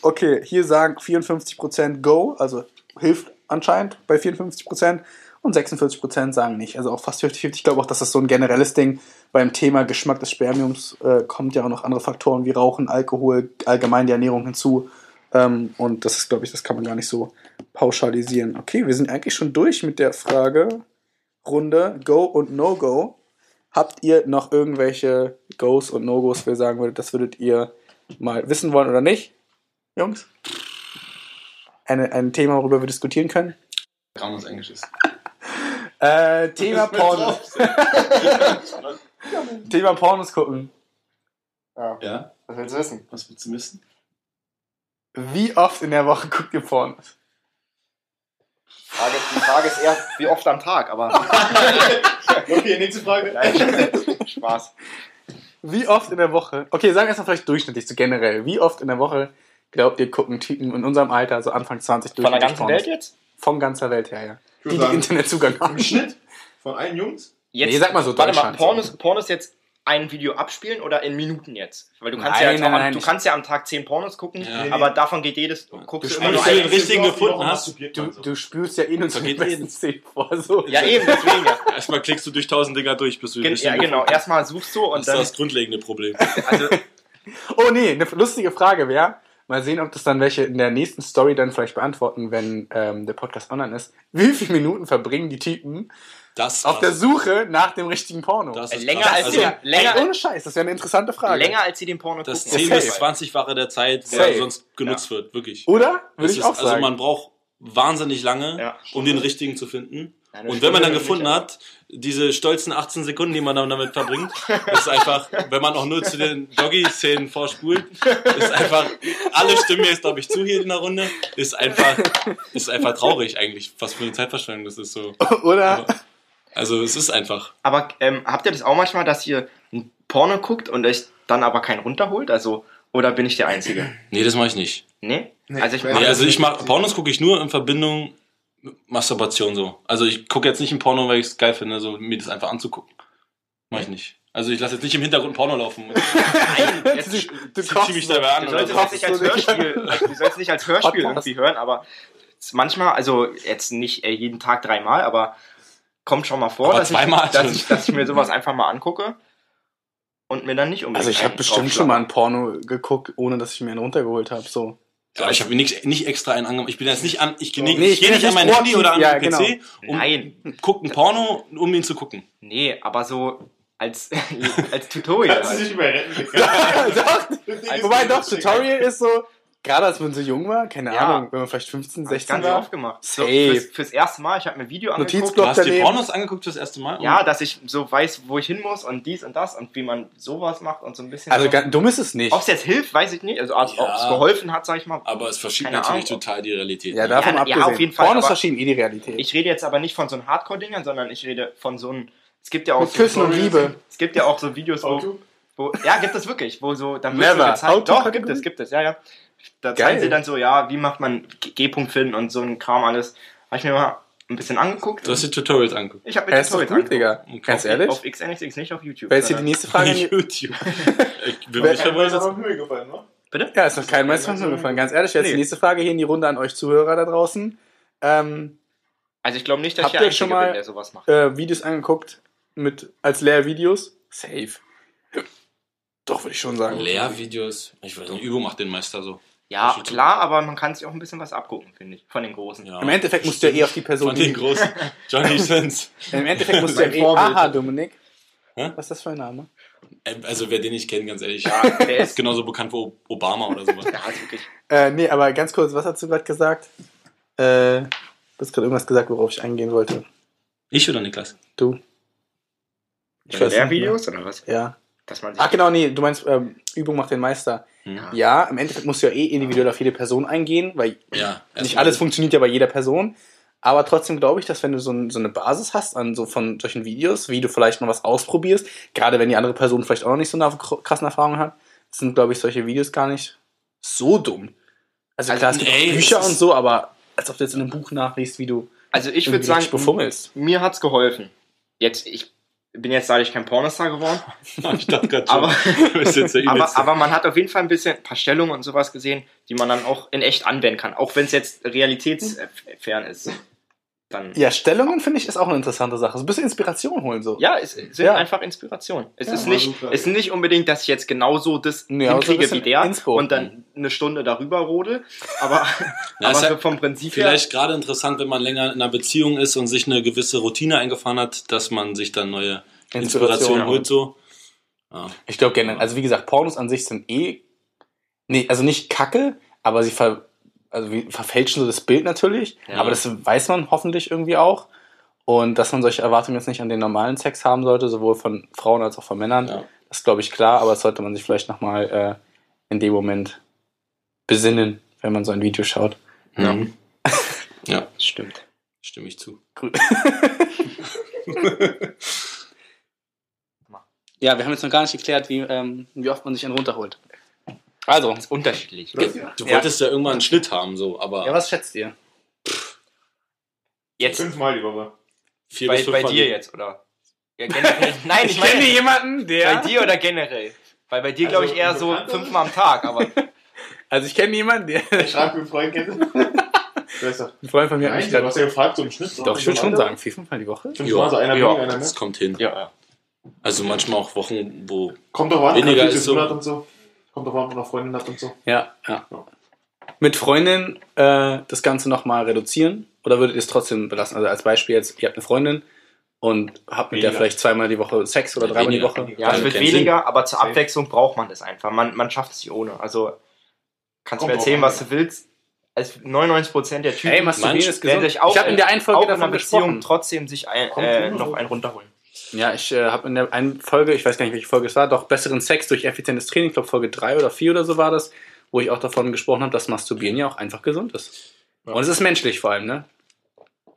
Speaker 2: Okay, hier sagen 54% Go, also hilft anscheinend bei 54% und 46% sagen nicht. Also auch fast 50-50. Ich glaube auch, dass das so ein generelles Ding beim Thema Geschmack des Spermiums äh, kommt ja auch noch andere Faktoren wie Rauchen, Alkohol, allgemein die Ernährung hinzu. Ähm, und das ist, glaube ich, das kann man gar nicht so pauschalisieren. Okay, wir sind eigentlich schon durch mit der Frage Runde Go und No-Go. Habt ihr noch irgendwelche Goes und No-Gos, wo ihr sagen würdet, das würdet ihr mal wissen wollen oder nicht? Jungs? Eine, ein Thema, worüber wir diskutieren können?
Speaker 4: Grammes Englisch ist.
Speaker 2: Äh, Thema Pornos. Thema Pornos gucken.
Speaker 4: Ja,
Speaker 3: Was willst du wissen?
Speaker 4: was willst du wissen?
Speaker 2: Wie oft in der Woche guckt ihr Pornos?
Speaker 3: Frage, die Frage ist eher, wie oft am Tag, aber.
Speaker 4: Okay, nächste Frage.
Speaker 3: Nein, Spaß.
Speaker 2: Wie oft in der Woche? Okay, sagen wir erstmal vielleicht durchschnittlich, so generell. Wie oft in der Woche glaubt ihr, gucken Typen in unserem Alter, so Anfang 20
Speaker 3: Von der
Speaker 2: durchschnittlich
Speaker 3: ganzen Welt jetzt?
Speaker 2: Von ganzer Welt her, ja.
Speaker 4: Ich würd
Speaker 2: Die, die
Speaker 4: sagen-
Speaker 2: Internetzugang haben.
Speaker 4: Im Schnitt von allen Jungs?
Speaker 3: jetzt
Speaker 2: Nee, sag mal so
Speaker 3: Warte mal,
Speaker 2: Deutschland.
Speaker 3: Pornos, Pornos jetzt ein Video abspielen oder in Minuten jetzt? Weil du kannst,
Speaker 2: Nein,
Speaker 3: ja, jetzt auch
Speaker 2: nein,
Speaker 3: am-
Speaker 2: nein,
Speaker 3: du
Speaker 2: ich-
Speaker 3: kannst ja am Tag 10 Pornos gucken,
Speaker 5: Ja.
Speaker 3: aber davon geht jedes, guckst du immer nur
Speaker 5: spielst den
Speaker 3: ein.
Speaker 5: ja richtigen gefunden hast.
Speaker 2: Du, du spürst ja eh nur zu den
Speaker 5: Vergeht
Speaker 2: besten
Speaker 5: jeden.
Speaker 2: Szenen vor, so.
Speaker 3: Ja, eben, deswegen ja.
Speaker 5: Erstmal klickst du durch tausend Dinger durch, bis du
Speaker 3: Gen ja, genau. Erstmal suchst du
Speaker 5: Das
Speaker 3: und
Speaker 5: ist
Speaker 3: dann.
Speaker 5: das grundlegende Problem.
Speaker 3: Also,
Speaker 2: Oh nee, eine lustige Frage wäre, mal sehen, ob das dann welche in der nächsten Story dann vielleicht beantworten, wenn ähm, der Podcast online ist. Wie viele Minuten verbringen die Typen
Speaker 5: Das
Speaker 2: auf der
Speaker 5: krass.
Speaker 2: Suche nach dem richtigen Porno?
Speaker 5: Das ist
Speaker 3: länger
Speaker 5: krass.
Speaker 3: als
Speaker 5: also,
Speaker 3: die- länger-
Speaker 2: Ey, ohne Scheiß, das wäre eine interessante Frage.
Speaker 3: länger als sie den Porno
Speaker 5: das
Speaker 3: gucken.
Speaker 5: 10
Speaker 2: Safe.
Speaker 5: bis 20-fache der Zeit, wo
Speaker 2: Safe.
Speaker 5: er sonst genutzt wird, wirklich.
Speaker 2: Oder? Würde
Speaker 5: Das
Speaker 2: ich
Speaker 5: ist-
Speaker 2: auch
Speaker 5: Also
Speaker 2: sagen.
Speaker 5: man braucht wahnsinnig lange,
Speaker 3: Ja.
Speaker 5: um den richtigen zu finden.
Speaker 3: Nein, das
Speaker 5: Und wenn man dann
Speaker 3: stimmt
Speaker 5: gefunden
Speaker 3: nicht,
Speaker 5: hat, diese stolzen 18 Sekunden, die man dann damit verbringt, ist einfach, wenn man auch nur zu den Doggy-Szenen vorspult, ist einfach, alle stimmen jetzt, glaube ich, zu hier in der Runde, ist einfach, ist einfach traurig eigentlich, was für eine Zeitverschwendung das ist so.
Speaker 2: Oder?
Speaker 5: Also es ist einfach.
Speaker 3: Aber ähm, habt ihr das auch manchmal, dass ihr ein Porno guckt und euch dann aber keinen runterholt? Also, oder bin ich der Einzige?
Speaker 5: Nee, das mache ich nicht.
Speaker 3: Nee? also ich
Speaker 4: Nee,
Speaker 3: mach
Speaker 5: Nee,
Speaker 3: das
Speaker 5: also ich
Speaker 4: nicht.
Speaker 5: mache, Pornos gucke ich nur in Verbindung mit Masturbation so. Also ich gucke jetzt nicht ein Porno, weil ich es geil finde, so mir das einfach anzugucken. Mach ich nicht. Also ich lasse jetzt nicht im Hintergrund ein Porno laufen.
Speaker 3: ein. Jetzt,
Speaker 2: du,
Speaker 3: du
Speaker 2: du
Speaker 5: Ich
Speaker 2: kochst
Speaker 5: zieh mich
Speaker 2: so.
Speaker 5: dabei an. Oder
Speaker 3: sollst
Speaker 5: so.
Speaker 3: es jetzt nicht als
Speaker 2: so nicht.
Speaker 3: Hörspiel, also, du sollst es nicht als Hörspiel
Speaker 2: Podcast.
Speaker 3: irgendwie hören, aber es- manchmal, also jetzt nicht äh, jeden Tag dreimal, aber kommt schon mal vor,
Speaker 5: Aber
Speaker 3: dass, ich,
Speaker 5: zweimal
Speaker 3: dass,
Speaker 5: schon.
Speaker 3: ich, dass ich mir sowas einfach mal angucke. und mir dann nicht unbedingt.
Speaker 2: Also ich habe
Speaker 3: einen
Speaker 2: bestimmt schon mal ein Porno geguckt, ohne dass ich mir einen runtergeholt habe. So.
Speaker 5: Aber ich habe mir nicht, nicht extra einen angenommen. Ich bin jetzt nicht an, ich, geh nicht-
Speaker 2: Nee,
Speaker 5: ich
Speaker 2: ich
Speaker 5: gehe
Speaker 2: bin
Speaker 5: nicht an
Speaker 2: jetzt
Speaker 5: mein
Speaker 2: nicht
Speaker 5: Handy
Speaker 2: proaktiv.
Speaker 5: oder an
Speaker 2: Ja, genau.
Speaker 5: den PC um,
Speaker 3: Nein,
Speaker 5: guck ein Porno, um ihn zu gucken.
Speaker 3: nee, aber so als, als Tutorial. halt.
Speaker 4: nicht mehr retten gegangen.
Speaker 2: doch, wobei doch,
Speaker 4: Tutorial.
Speaker 2: Tutorial ist so, gerade als man so jung war, keine
Speaker 3: Ja.
Speaker 2: Ahnung, wenn man vielleicht 15,
Speaker 3: Hab ich
Speaker 2: 16
Speaker 3: ganz
Speaker 2: war.
Speaker 3: oft gemacht. So,
Speaker 2: Safe.
Speaker 3: fürs, fürs erste Mal, ich habe mir ein Video angeguckt.
Speaker 2: Notizblock.
Speaker 5: Du
Speaker 2: Doch,
Speaker 5: hast dir
Speaker 2: daneben.
Speaker 5: Pornos angeguckt fürs erste Mal?
Speaker 3: Ja, dass ich so weiß, wo ich hin muss und dies und das und wie man sowas macht und so ein bisschen.
Speaker 2: Also
Speaker 3: so.
Speaker 2: ganz, dumm ist es nicht.
Speaker 3: Ob es jetzt hilft, weiß ich nicht. Also ob es
Speaker 5: Ja.
Speaker 3: geholfen hat, sag ich mal.
Speaker 5: Aber es verschiebt
Speaker 3: Keine
Speaker 5: natürlich
Speaker 3: Ahnung.
Speaker 5: total die Realität.
Speaker 2: Ja,
Speaker 5: ne?
Speaker 2: davon
Speaker 3: ja,
Speaker 2: abgesehen.
Speaker 3: auf jeden Fall,
Speaker 2: Pornos
Speaker 3: aber-
Speaker 2: verschieben eh die Realität.
Speaker 3: Ich rede jetzt aber nicht von so einem Hardcore-Dingern, sondern ich rede von so einem. Es gibt ja auch
Speaker 2: Mit
Speaker 3: so
Speaker 2: Küssen und Liebe.
Speaker 3: Es gibt ja auch so Videos, wo, wo ja gibt es wirklich, wo so dann
Speaker 2: Never.
Speaker 3: wird so
Speaker 2: How
Speaker 3: gezeigt.
Speaker 2: to
Speaker 3: Doch
Speaker 2: fuck
Speaker 3: gibt
Speaker 2: you.
Speaker 3: es, gibt es, ja ja. Da
Speaker 2: Geil.
Speaker 3: zeigen sie dann so, ja, wie macht man G- G-Punkt finden und so ein Kram alles. Habe ich mir mal ein bisschen angeguckt.
Speaker 5: Du hast dir Tutorials angeguckt.
Speaker 3: ich habe
Speaker 2: Er ist doch gut,
Speaker 3: angeguckt.
Speaker 2: Digga.
Speaker 5: Okay.
Speaker 2: Ganz ehrlich.
Speaker 3: Auf XNXX, nicht auf YouTube.
Speaker 2: Wäre jetzt hier die
Speaker 3: sondern-
Speaker 2: nächste Frage. an die-
Speaker 5: YouTube. ich bin
Speaker 2: Wer-
Speaker 5: mich verwundert.
Speaker 4: Himmel gefallen, ne?
Speaker 2: Ja, ist noch kein Meister gefallen. Ganz ehrlich, wäre jetzt die
Speaker 3: Nee.
Speaker 2: nächste Frage hier in die Runde an euch Zuhörer da draußen. Ähm,
Speaker 3: also ich glaube nicht, dass
Speaker 2: Habt
Speaker 3: ich
Speaker 2: ihr
Speaker 3: der
Speaker 2: schon
Speaker 3: Einzige
Speaker 2: mal-
Speaker 3: bin, der sowas macht.
Speaker 2: äh, Videos angeguckt mit als Lehrvideos. Safe. Doch, würde ich schon sagen.
Speaker 5: Lehrvideos. Ich weiß nicht, Übung macht den Meister so.
Speaker 3: Ja,
Speaker 5: YouTube.
Speaker 3: klar, aber man kann sich auch ein bisschen was abgucken, finde ich, von den Großen.
Speaker 5: Ja.
Speaker 2: Im Endeffekt musst du ja eh auf die Person.
Speaker 5: Von den großen Johnny Sins.
Speaker 2: Im Endeffekt musst du ja
Speaker 3: Mein
Speaker 2: eh.
Speaker 3: Vorbild.
Speaker 2: Aha, Dominik.
Speaker 5: Hä?
Speaker 2: Was ist das für ein Name?
Speaker 5: Äh, Also wer den nicht kennt, ganz ehrlich,
Speaker 3: Ja, der
Speaker 5: ist
Speaker 3: ist,
Speaker 5: genauso bekannt wie O- Obama oder sowas.
Speaker 3: ja, ist wirklich.
Speaker 2: Äh, nee, aber ganz kurz, was hast du gerade gesagt? Äh, du hast gerade irgendwas gesagt, worauf ich eingehen wollte.
Speaker 5: Ich oder Niklas?
Speaker 2: Du. Ich weiß nicht mehr.
Speaker 3: Lehrvideos oder was?
Speaker 2: Ja.
Speaker 3: Dass man sich
Speaker 2: Ach genau, nee, du meinst, ähm, Übung macht den Meister.
Speaker 5: Ja.
Speaker 2: Ja, im Endeffekt musst du ja eh individuell auf jede Person eingehen, weil
Speaker 5: Ja.
Speaker 2: nicht alles funktioniert ja bei jeder Person. Aber trotzdem glaube ich, dass wenn du so, ein, so eine Basis hast an so von solchen Videos, wie du vielleicht mal was ausprobierst, gerade wenn die andere Person vielleicht auch noch nicht so eine kr- krassen Erfahrung hat, sind, glaube ich, solche Videos gar nicht so dumm. Also,
Speaker 3: Also,
Speaker 2: klar, es gibt
Speaker 5: ey,
Speaker 2: auch Bücher
Speaker 5: es ist-
Speaker 2: und so, aber als ob du jetzt in einem Buch nachliest, wie du
Speaker 3: Also ich würde
Speaker 2: irgendwie
Speaker 3: sagen,
Speaker 2: richtig befummelst.
Speaker 3: mir hat's geholfen. Jetzt, ich bin jetzt dadurch kein Pornostar geworden,
Speaker 5: ich dachte gerade schon,
Speaker 3: aber,
Speaker 5: du bist jetzt der
Speaker 3: aber,
Speaker 5: Übelste.
Speaker 3: aber man hat auf jeden Fall ein bisschen ein paar Stellungen und sowas gesehen, die man dann auch in echt anwenden kann, auch wenn es jetzt realitätsfern ist. Dann, ja,
Speaker 2: Ja, Stellungen finde ich ist auch eine interessante Sache. So ein bisschen Inspiration holen so.
Speaker 3: es sind
Speaker 2: Ja.
Speaker 3: einfach Inspirationen. Es
Speaker 2: Ja,
Speaker 3: ist
Speaker 4: war
Speaker 3: nicht,
Speaker 4: super.
Speaker 3: es ist nicht unbedingt, dass ich jetzt genau so das
Speaker 2: Nee, aber so ein
Speaker 3: hinkriege
Speaker 2: bisschen
Speaker 3: wie der
Speaker 2: Inspo.
Speaker 3: und dann eine Stunde darüber rode, aber,
Speaker 5: Ja,
Speaker 3: aber
Speaker 5: ist ja
Speaker 2: halt
Speaker 3: so vom Prinzip
Speaker 5: Vielleicht gerade interessant, wenn man länger in einer Beziehung ist und sich eine gewisse Routine eingefahren hat, dass man sich dann neue Inspirationen
Speaker 2: Inspiration.
Speaker 5: holt so. Ja.
Speaker 2: Ich glaube generell, also wie gesagt, Pornos an sich sind eh, nee, also nicht kacke, aber sie ver, also wie, verfälschen so das Bild natürlich,
Speaker 5: Ja.
Speaker 2: aber das weiß man hoffentlich irgendwie auch. Und dass man solche Erwartungen jetzt nicht an den normalen Sex haben sollte, sowohl von Frauen als auch von Männern,
Speaker 5: Ja.
Speaker 2: das ist, glaube ich, klar, aber das sollte man sich vielleicht nochmal äh, in dem Moment besinnen, wenn man so ein Video schaut.
Speaker 5: Ja.
Speaker 3: ja, stimmt.
Speaker 5: stimme ich zu.
Speaker 2: Ja, wir haben jetzt noch gar nicht geklärt, wie, ähm, wie oft man sich einen runterholt. Also,
Speaker 3: Unterschiedlich.
Speaker 5: Du wolltest ja irgendwann einen Schnitt haben, so, aber
Speaker 2: ja, was schätzt ihr?
Speaker 3: Jetzt
Speaker 4: Fünfmal die Woche.
Speaker 5: vier
Speaker 3: Bei,
Speaker 5: bis
Speaker 3: bei
Speaker 5: fünfmal
Speaker 3: dir
Speaker 5: die-
Speaker 3: jetzt, oder? Ja, generell. Nein, ich meine,
Speaker 2: jemanden,
Speaker 3: bei dir oder generell? Weil bei dir, glaube
Speaker 4: Also,
Speaker 3: ich, eher
Speaker 4: ein
Speaker 3: so
Speaker 4: Bekannter?
Speaker 3: fünfmal am Tag, aber
Speaker 2: Also ich kenne jemanden, der
Speaker 4: Ich schreibe mit Freund kennen. Du hast doch-
Speaker 2: Ein Freund von mir hat
Speaker 4: Nein,
Speaker 2: mich
Speaker 4: du hast
Speaker 2: gesagt,
Speaker 4: ja gefragt, so im Schnitt. so
Speaker 2: doch, ich würde
Speaker 4: und so
Speaker 2: schon
Speaker 4: weiter.
Speaker 2: sagen, vier, fünfmal die Woche.
Speaker 4: Fünfmal, so einer
Speaker 2: Ja.
Speaker 4: weniger, einer mehr.
Speaker 5: Das kommt hin.
Speaker 3: ja, ja.
Speaker 5: Also manchmal auch Wochen, wo.
Speaker 4: Kommt doch an,
Speaker 5: Weniger
Speaker 4: natürlich
Speaker 5: ist so-
Speaker 4: Monat und so. Kommt doch an, ob man noch Freundin hat und so.
Speaker 2: Ja, ja.
Speaker 4: Ja.
Speaker 2: Mit Freundin äh, das Ganze nochmal reduzieren oder würdet ihr es trotzdem belassen? Also als Beispiel jetzt, ihr habt eine Freundin und habt mit der
Speaker 4: Weniger.
Speaker 2: vielleicht zweimal die Woche Sex oder
Speaker 5: Ja,
Speaker 2: dreimal die
Speaker 5: weniger.
Speaker 2: Woche.
Speaker 3: Ja, es
Speaker 5: Also
Speaker 3: wird
Speaker 5: kein Sinn.
Speaker 3: weniger, aber zur Abwechslung braucht man das einfach. Man, man schafft es nicht ohne. Also, kannst du
Speaker 4: Kommt
Speaker 3: mir erzählen,
Speaker 4: drauf
Speaker 3: was du willst. Als 99% der Typen
Speaker 2: Hey, masturbieren
Speaker 5: Manche
Speaker 2: ist
Speaker 3: werden
Speaker 2: gesund.
Speaker 3: sich auch,
Speaker 2: ich habe in der einen
Speaker 3: auch
Speaker 2: Folge
Speaker 3: in einer
Speaker 2: davon
Speaker 3: Beziehung
Speaker 2: gesprochen.
Speaker 3: trotzdem sich ein,
Speaker 4: Kommt
Speaker 3: äh,
Speaker 4: immer so.
Speaker 3: noch einen runterholen.
Speaker 2: Ja, ich äh, habe in der einen Folge, ich weiß gar nicht, welche Folge es war, doch besseren Sex durch effizientes Training, ich glaube Folge 3 oder 4 oder so war das, wo ich auch davon gesprochen habe, dass Masturbieren ja auch einfach gesund ist. Und es ist menschlich vor allem, ne?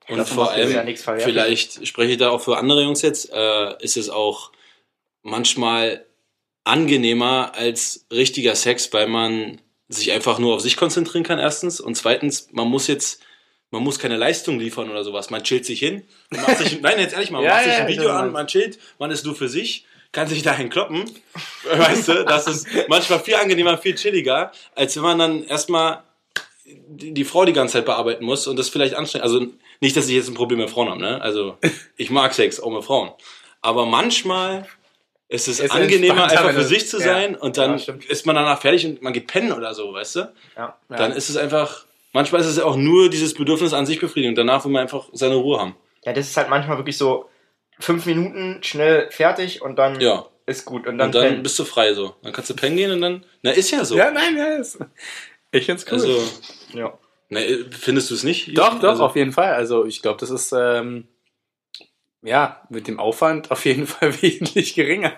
Speaker 5: Und
Speaker 3: Davon
Speaker 5: vor
Speaker 3: macht ihr
Speaker 5: allem,
Speaker 3: ja nichts verwerfliches.
Speaker 5: vielleicht spreche ich da auch für andere Jungs jetzt, äh, ist es auch manchmal angenehmer als richtiger Sex, weil man sich einfach nur auf sich konzentrieren kann, erstens. Und zweitens, man muss jetzt, man muss keine Leistung liefern oder sowas. Man chillt sich hin, man macht sich, nein, jetzt ehrlich mal, man
Speaker 2: Ja,
Speaker 5: macht sich
Speaker 2: ja,
Speaker 5: ein
Speaker 2: ich
Speaker 5: Video
Speaker 2: weiß,
Speaker 5: an,
Speaker 2: was.
Speaker 5: man chillt, man ist nur für sich, kann sich dahin kloppen. Weißt du, das ist manchmal viel angenehmer, viel chilliger, als wenn man dann erstmal die, die Frau die ganze Zeit bearbeiten muss und das vielleicht anstrengend. Also nicht, dass ich jetzt ein Problem mit Frauen habe, ne? Also ich mag Sex auch mit Frauen. Aber manchmal Es ist,
Speaker 2: Ist
Speaker 5: angenehmer,
Speaker 2: entspannter,
Speaker 5: einfach
Speaker 2: wenn
Speaker 5: für
Speaker 2: du-
Speaker 5: sich zu
Speaker 2: ja.
Speaker 5: sein und dann
Speaker 2: Ja, stimmt.
Speaker 5: ist man danach fertig und man geht pennen oder so, weißt du?
Speaker 3: Ja.
Speaker 5: Dann ist es einfach, manchmal ist es auch nur dieses Bedürfnis an sich befriedigen und danach will man einfach seine Ruhe haben.
Speaker 3: ja, das ist halt manchmal wirklich so fünf Minuten schnell fertig und dann
Speaker 5: Ja.
Speaker 3: ist gut. Und dann,
Speaker 5: Und dann
Speaker 3: pennen.
Speaker 5: bist du frei so. Dann kannst du pennen gehen und dann, na ist ja so.
Speaker 2: Ja, nein, ja, ist, ich find's cool.
Speaker 5: Also,
Speaker 3: ja.
Speaker 5: na, äh, findest du es nicht?
Speaker 2: doch, doch,
Speaker 5: Also,
Speaker 2: auf jeden Fall. Also ich glaube, das ist ähm, ja mit dem Aufwand auf jeden Fall wesentlich geringer.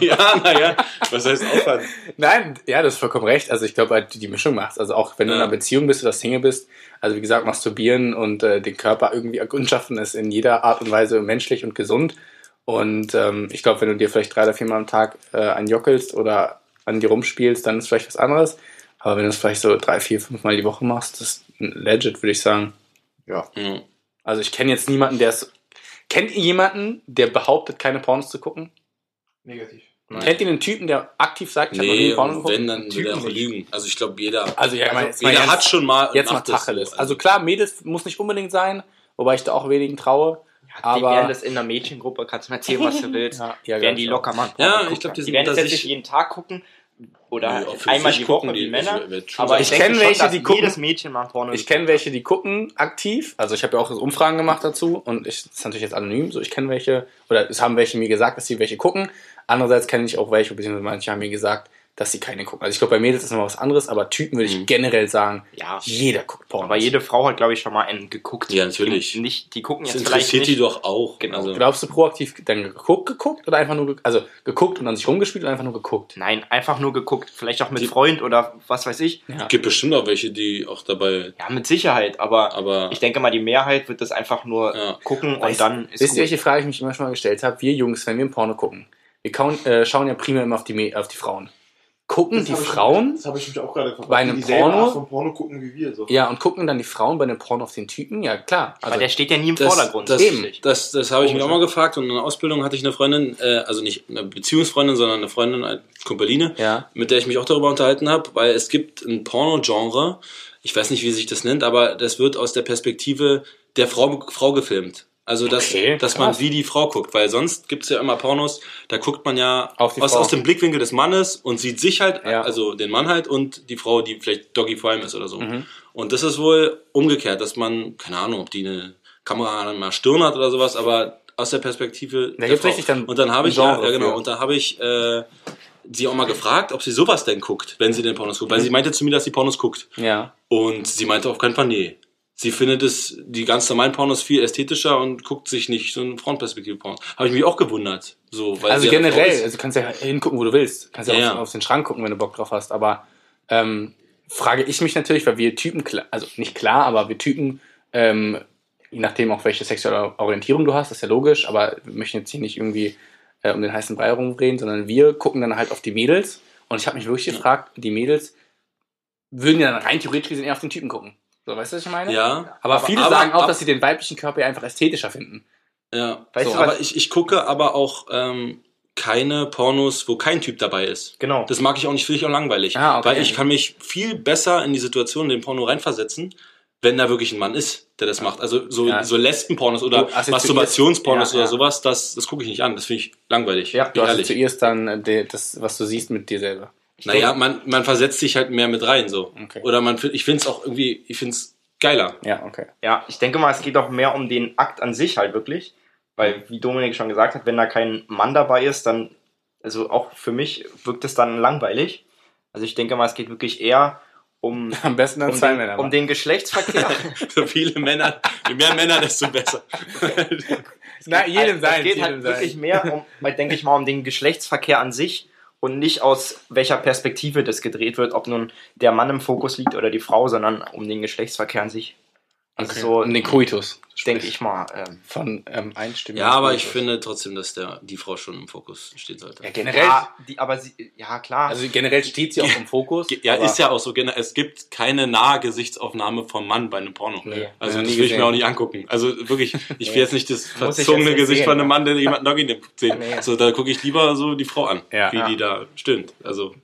Speaker 5: ja, naja, was heißt Aufwand?
Speaker 2: Nein, ja, das ist vollkommen recht. Also ich glaube, halt, die Mischung macht's. Also auch wenn du in
Speaker 5: Ja.
Speaker 2: einer Beziehung bist oder Single bist, also wie gesagt, masturbieren und äh, den Körper irgendwie erkundschaften ist in jeder Art und Weise menschlich und gesund. Und ähm, ich glaube, wenn du dir vielleicht drei oder viermal am Tag äh, anjockelst oder an dir rumspielst, dann ist vielleicht was anderes. Aber wenn du es vielleicht so drei, vier, fünfmal die Woche machst, das ist legit, würde ich sagen.
Speaker 5: Ja.
Speaker 2: Also ich kenne jetzt niemanden, der es. Kennt ihr jemanden, der behauptet, keine Pornos zu gucken?
Speaker 4: Negativ.
Speaker 5: Nein.
Speaker 2: Kennt ihr einen Typen, der aktiv sagt, ich habe noch nie
Speaker 5: Nee,
Speaker 2: einen Porno
Speaker 5: und
Speaker 2: geguckt?
Speaker 5: wenn, dann will
Speaker 2: Typen
Speaker 5: er auch
Speaker 2: nicht.
Speaker 5: lügen. Also ich glaube, jeder,
Speaker 2: Also ja, ich meine, jetzt mal
Speaker 5: jeder
Speaker 2: ganz-
Speaker 5: hat schon mal
Speaker 2: Jetzt mal
Speaker 5: macht das so.
Speaker 2: Tacheles. Also klar, Mädels muss nicht unbedingt sein, wobei ich da auch wenigen traue.
Speaker 3: die werden
Speaker 2: Aber
Speaker 3: das in einer Mädchengruppe, kannst du mal erzählen, was du willst.
Speaker 2: ja, ja,
Speaker 3: werden
Speaker 2: ganz
Speaker 3: die
Speaker 2: klar.
Speaker 3: locker machen.
Speaker 5: Ja, ich glaub, die
Speaker 3: die,
Speaker 5: sind
Speaker 3: werden das
Speaker 5: unter
Speaker 3: jetzt nicht
Speaker 5: sich.
Speaker 3: jeden Tag gucken oder
Speaker 5: Nee, auch Also, für
Speaker 3: einmal
Speaker 5: sich
Speaker 3: die Woche
Speaker 5: gucken die-
Speaker 3: wie Männer.
Speaker 5: ich würd schon
Speaker 3: aber
Speaker 5: sagen,
Speaker 2: ich
Speaker 3: ich denke
Speaker 2: kenn
Speaker 3: schon,
Speaker 2: welche,
Speaker 3: dass
Speaker 2: die gucken-
Speaker 3: jedes Mädchen mal Porno
Speaker 2: Ich kenne welche, die gucken aktiv. Also ich habe ja auch so Umfragen gemacht dazu und ich, das ist natürlich jetzt anonym. So, ich kenne welche oder es haben welche mir gesagt, dass sie welche gucken. Andererseits kenne ich auch welche, beziehungsweise manche haben mir gesagt, dass sie keine gucken. Also ich glaube, bei Mädels ist nochmal was anderes, aber Typen würde ich
Speaker 5: Mhm.
Speaker 2: generell sagen,
Speaker 3: Ja,
Speaker 2: jeder guckt Pornos.
Speaker 3: aber jede Frau hat, glaube ich, schon mal einen geguckt.
Speaker 5: Ja, natürlich.
Speaker 3: Die, nicht, die gucken
Speaker 5: Das
Speaker 3: jetzt vielleicht
Speaker 5: interessiert
Speaker 3: nicht.
Speaker 5: die doch auch.
Speaker 3: Genau.
Speaker 5: Also,
Speaker 2: Glaubst du proaktiv dann geguckt, geguckt oder einfach nur, ge- also geguckt und dann sich rumgespielt und einfach nur geguckt?
Speaker 3: Nein, einfach nur geguckt. Vielleicht auch mit
Speaker 5: Die-
Speaker 3: Freund oder was weiß ich.
Speaker 2: Ja.
Speaker 5: gibt bestimmt auch welche, die auch dabei,
Speaker 3: Ja, mit Sicherheit, aber
Speaker 5: aber
Speaker 3: ich denke mal, die Mehrheit wird das einfach nur
Speaker 5: Ja.
Speaker 3: gucken
Speaker 2: Weißt-
Speaker 3: und dann ist
Speaker 2: Wisst ihr,
Speaker 3: gut.
Speaker 2: welche Frage ich mich immer schon mal gestellt habe? Wir Jungs, wenn wir ein Porno gucken, wir kauen, äh, schauen ja primär immer auf die, Me- auf die Frauen. Gucken die Frauen,
Speaker 4: Das habe ich mich auch gerade gefragt.
Speaker 2: Bei einem
Speaker 4: Dieselbe
Speaker 2: Porno? Genau.
Speaker 4: Art von Porno gucken wie wir. So.
Speaker 2: ja, und gucken dann die Frauen bei dem Porno auf den Typen? Ja, klar.
Speaker 3: Weil
Speaker 2: Also,
Speaker 3: der steht ne? ja nie im Vordergrund.
Speaker 5: Das,
Speaker 2: Eben.
Speaker 5: das, das, das habe ich mich auch mal gefragt und in der Ausbildung hatte ich eine Freundin, äh, also nicht eine Beziehungsfreundin, sondern eine Freundin, eine Kumpeline,
Speaker 2: Ja.
Speaker 5: mit der ich mich auch darüber unterhalten habe, weil es gibt ein Porno-Genre, ich weiß nicht, wie sich das nennt, aber das wird aus der Perspektive der Frau, Frau gefilmt. Also, dass,
Speaker 2: Okay,
Speaker 5: dass man
Speaker 2: krass.
Speaker 5: wie die Frau guckt, weil sonst gibt es ja immer Pornos, da guckt man ja
Speaker 2: Auf die
Speaker 5: aus,
Speaker 2: Frau.
Speaker 5: aus dem Blickwinkel des Mannes und sieht sich halt,
Speaker 2: Ja.
Speaker 5: also den Mann halt und die Frau, die vielleicht Doggy vor allem ist oder so.
Speaker 2: Mhm.
Speaker 5: Und das ist wohl umgekehrt, dass man, keine Ahnung, ob die eine Kamera an einer Stirn hat oder sowas, aber aus der Perspektive. der
Speaker 2: gibt's
Speaker 5: Frau.
Speaker 2: richtig dann
Speaker 5: und dann habe ich,
Speaker 2: ein
Speaker 5: ja,
Speaker 2: Genre
Speaker 5: ja genau,
Speaker 2: für.
Speaker 5: und da habe ich äh, sie auch mal gefragt, ob sie sowas denn guckt, wenn sie den Pornos guckt, weil sie meinte zu mir, dass sie Pornos guckt.
Speaker 2: Mhm. ja.
Speaker 5: Und sie meinte auf keinen Fall, nee. Sie findet es, die ganz normalen Pornos viel ästhetischer und guckt sich nicht so eine Frauenperspektive Pornos. Habe ich mich auch gewundert. So, weil
Speaker 2: also
Speaker 5: sie ja eine Frau
Speaker 2: generell,
Speaker 5: ist.
Speaker 2: also du kannst ja hingucken, wo du willst. Kannst ja,
Speaker 5: Ja,
Speaker 2: Auf,
Speaker 5: ja.
Speaker 2: auf den Schrank gucken, wenn du Bock drauf hast. Aber ähm, frage ich mich natürlich, weil wir Typen, klar, also nicht klar, aber wir Typen, ähm, je nachdem auch welche sexuelle Orientierung du hast, das ist ja logisch, aber wir möchten jetzt hier nicht irgendwie äh, um den heißen Brei rumreden, sondern wir gucken dann halt auf die Mädels. Und ich habe mich wirklich gefragt, die Mädels würden ja dann rein theoretisch gesehen eher auf den Typen gucken. So, weißt du, was ich meine?
Speaker 5: Ja,
Speaker 2: Aber, viele
Speaker 5: aber-
Speaker 2: sagen auch,
Speaker 5: ab-
Speaker 2: dass sie den weiblichen Körper ja einfach ästhetischer finden.
Speaker 5: ja.
Speaker 3: Weißt
Speaker 5: so,
Speaker 3: du was-
Speaker 5: aber ich, ich gucke aber auch ähm, keine Pornos, wo kein Typ dabei ist.
Speaker 3: Genau.
Speaker 5: Das mag ich auch nicht, finde ich auch langweilig.
Speaker 2: Ah, okay.
Speaker 5: Weil ich kann mich viel besser in die Situation, in den Porno reinversetzen, wenn da wirklich ein Mann ist, der das macht. Also so,
Speaker 2: Ja.
Speaker 5: so Lesbenpornos oder
Speaker 2: Du assoziierst-
Speaker 5: Masturbationspornos
Speaker 2: Ja,
Speaker 5: oder
Speaker 2: ja.
Speaker 5: sowas, das, das gucke ich nicht an. Das finde ich langweilig.
Speaker 3: Ja,
Speaker 5: bin
Speaker 2: Du
Speaker 5: ehrlich.
Speaker 2: assoziierst dann äh, de- das, was du siehst, mit dir selber.
Speaker 5: Naja, man, man versetzt sich halt mehr mit rein so.
Speaker 2: Okay.
Speaker 5: Oder man find- ich finde es auch irgendwie, ich finde es geiler.
Speaker 2: Ja, okay.
Speaker 3: Ja, ich denke mal, es geht auch mehr um den Akt an sich halt wirklich. Weil, wie Dominik schon gesagt hat, wenn da kein Mann dabei ist, dann, also auch für mich wirkt es dann langweilig. Also ich denke mal, es geht wirklich eher um,
Speaker 2: Am besten dann
Speaker 3: um,
Speaker 2: zwei
Speaker 3: den,
Speaker 2: Männer.
Speaker 3: um
Speaker 2: machen.
Speaker 3: den Geschlechtsverkehr.
Speaker 5: Für viele Männer, je mehr Männer, desto besser.
Speaker 2: Na, jedem
Speaker 3: Es
Speaker 2: sein.
Speaker 3: geht halt
Speaker 2: jedem
Speaker 3: wirklich
Speaker 2: sein.
Speaker 3: mehr um, weil, denke ich mal, um den Geschlechtsverkehr an sich und nicht aus welcher Perspektive das gedreht wird, ob nun der Mann im Fokus liegt oder die Frau, sondern um den Geschlechtsverkehr an sich. Also
Speaker 2: Okay.
Speaker 3: so,
Speaker 2: um den Koitus.
Speaker 3: denke ich mal. Ähm,
Speaker 2: Von ähm, einstimmigen
Speaker 5: Ja, aber ich
Speaker 2: Koitus.
Speaker 5: finde trotzdem, dass der, die Frau schon im Fokus stehen sollte.
Speaker 2: Ja, generell,
Speaker 3: ja, die, aber sie, ja, klar.
Speaker 2: also generell steht sie auch im Fokus.
Speaker 5: Ge- Ja,
Speaker 2: aber-
Speaker 5: ist ja auch so. generell. Es gibt keine nahe Gesichtsaufnahme vom Mann bei einem Porno.
Speaker 2: Nee,
Speaker 5: also
Speaker 2: ja, nie
Speaker 5: das will ich
Speaker 2: gesehen.
Speaker 5: mir auch nicht angucken. Also wirklich, ich will jetzt nicht das
Speaker 3: Muss ich
Speaker 5: verzogene
Speaker 3: jetzt nicht
Speaker 5: Gesicht
Speaker 3: sehen,
Speaker 5: von einem Mann, der jemanden Noggi nimmt, sehen.
Speaker 3: Nee.
Speaker 5: So, da gucke ich lieber so die Frau an,
Speaker 2: Ja.
Speaker 5: wie
Speaker 2: Ja.
Speaker 5: die da stöhnt. Also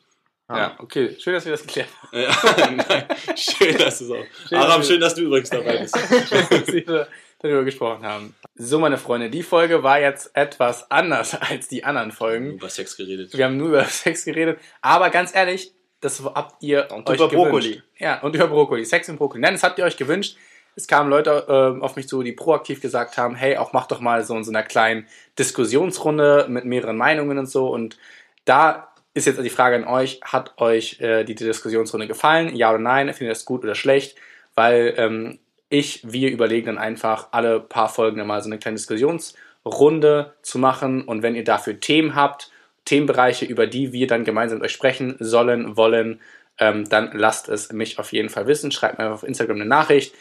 Speaker 2: Ja, okay. Schön, dass wir das geklärt
Speaker 5: äh, nein, schön, dass du es auch. Aram, schön, dass du übrigens dabei bist.
Speaker 2: haben. darüber gesprochen haben. So, meine Freunde, die Folge war jetzt etwas anders als die anderen Folgen.
Speaker 5: Über Sex geredet.
Speaker 2: Wir haben nur über Sex geredet, aber ganz ehrlich, das habt ihr
Speaker 3: Und
Speaker 2: euch
Speaker 3: über
Speaker 2: gewünscht.
Speaker 3: Brokkoli.
Speaker 2: Ja, und über Brokkoli. Sex und Brokkoli. Nein, das habt ihr euch gewünscht. Es kamen Leute ähm, auf mich zu, die proaktiv gesagt haben, hey, auch mach doch mal so in so einer kleinen Diskussionsrunde mit mehreren Meinungen und so. Und da ist jetzt die Frage an euch, hat euch äh, die Diskussionsrunde gefallen? Ja oder nein? Findet ihr das gut oder schlecht? Weil ähm, ich, wir überlegen dann einfach alle paar Folgen dann mal so eine kleine Diskussionsrunde zu machen. Und wenn ihr dafür Themen habt, Themenbereiche, über die wir dann gemeinsam mit euch sprechen sollen, wollen, ähm, dann lasst es mich auf jeden Fall wissen. Schreibt mir einfach auf Instagram eine Nachricht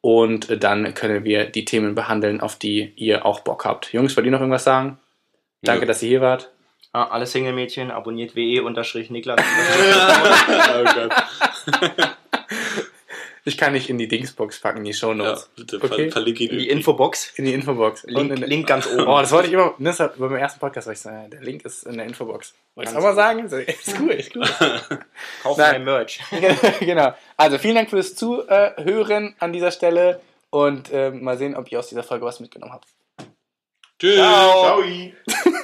Speaker 2: und dann können wir die Themen behandeln, auf die ihr auch Bock habt. Jungs, wollt ihr noch irgendwas sagen? Danke,
Speaker 5: Nö.
Speaker 2: dass ihr hier wart.
Speaker 3: Ah, alle Single-Mädchen, abonniert E we-niklas.
Speaker 5: Oh Gott.
Speaker 2: Ich kann nicht in die Dingsbox packen, die
Speaker 5: Ja,
Speaker 2: Shownotes.
Speaker 5: bitte
Speaker 2: Okay.
Speaker 5: okay. verlinke ihn.
Speaker 3: In die Infobox.
Speaker 2: In die Infobox.
Speaker 3: Link,
Speaker 2: Und in
Speaker 3: Link ganz oben.
Speaker 2: Oh, das wollte ich immer. Das hat beim ersten Podcast wollte ich sagen, der Link ist in der Infobox. Wollte ich auch
Speaker 3: Ganz
Speaker 2: mal
Speaker 3: gut.
Speaker 2: sagen? Ist cool, ist cool.
Speaker 3: Kauft
Speaker 2: Nein.
Speaker 3: mein Merch.
Speaker 2: genau. Also vielen Dank fürs Zuhören an dieser Stelle und ähm, mal sehen, ob ihr aus dieser Folge was mitgenommen habt.
Speaker 5: Tschüss.
Speaker 3: Ciao.
Speaker 6: Ciao.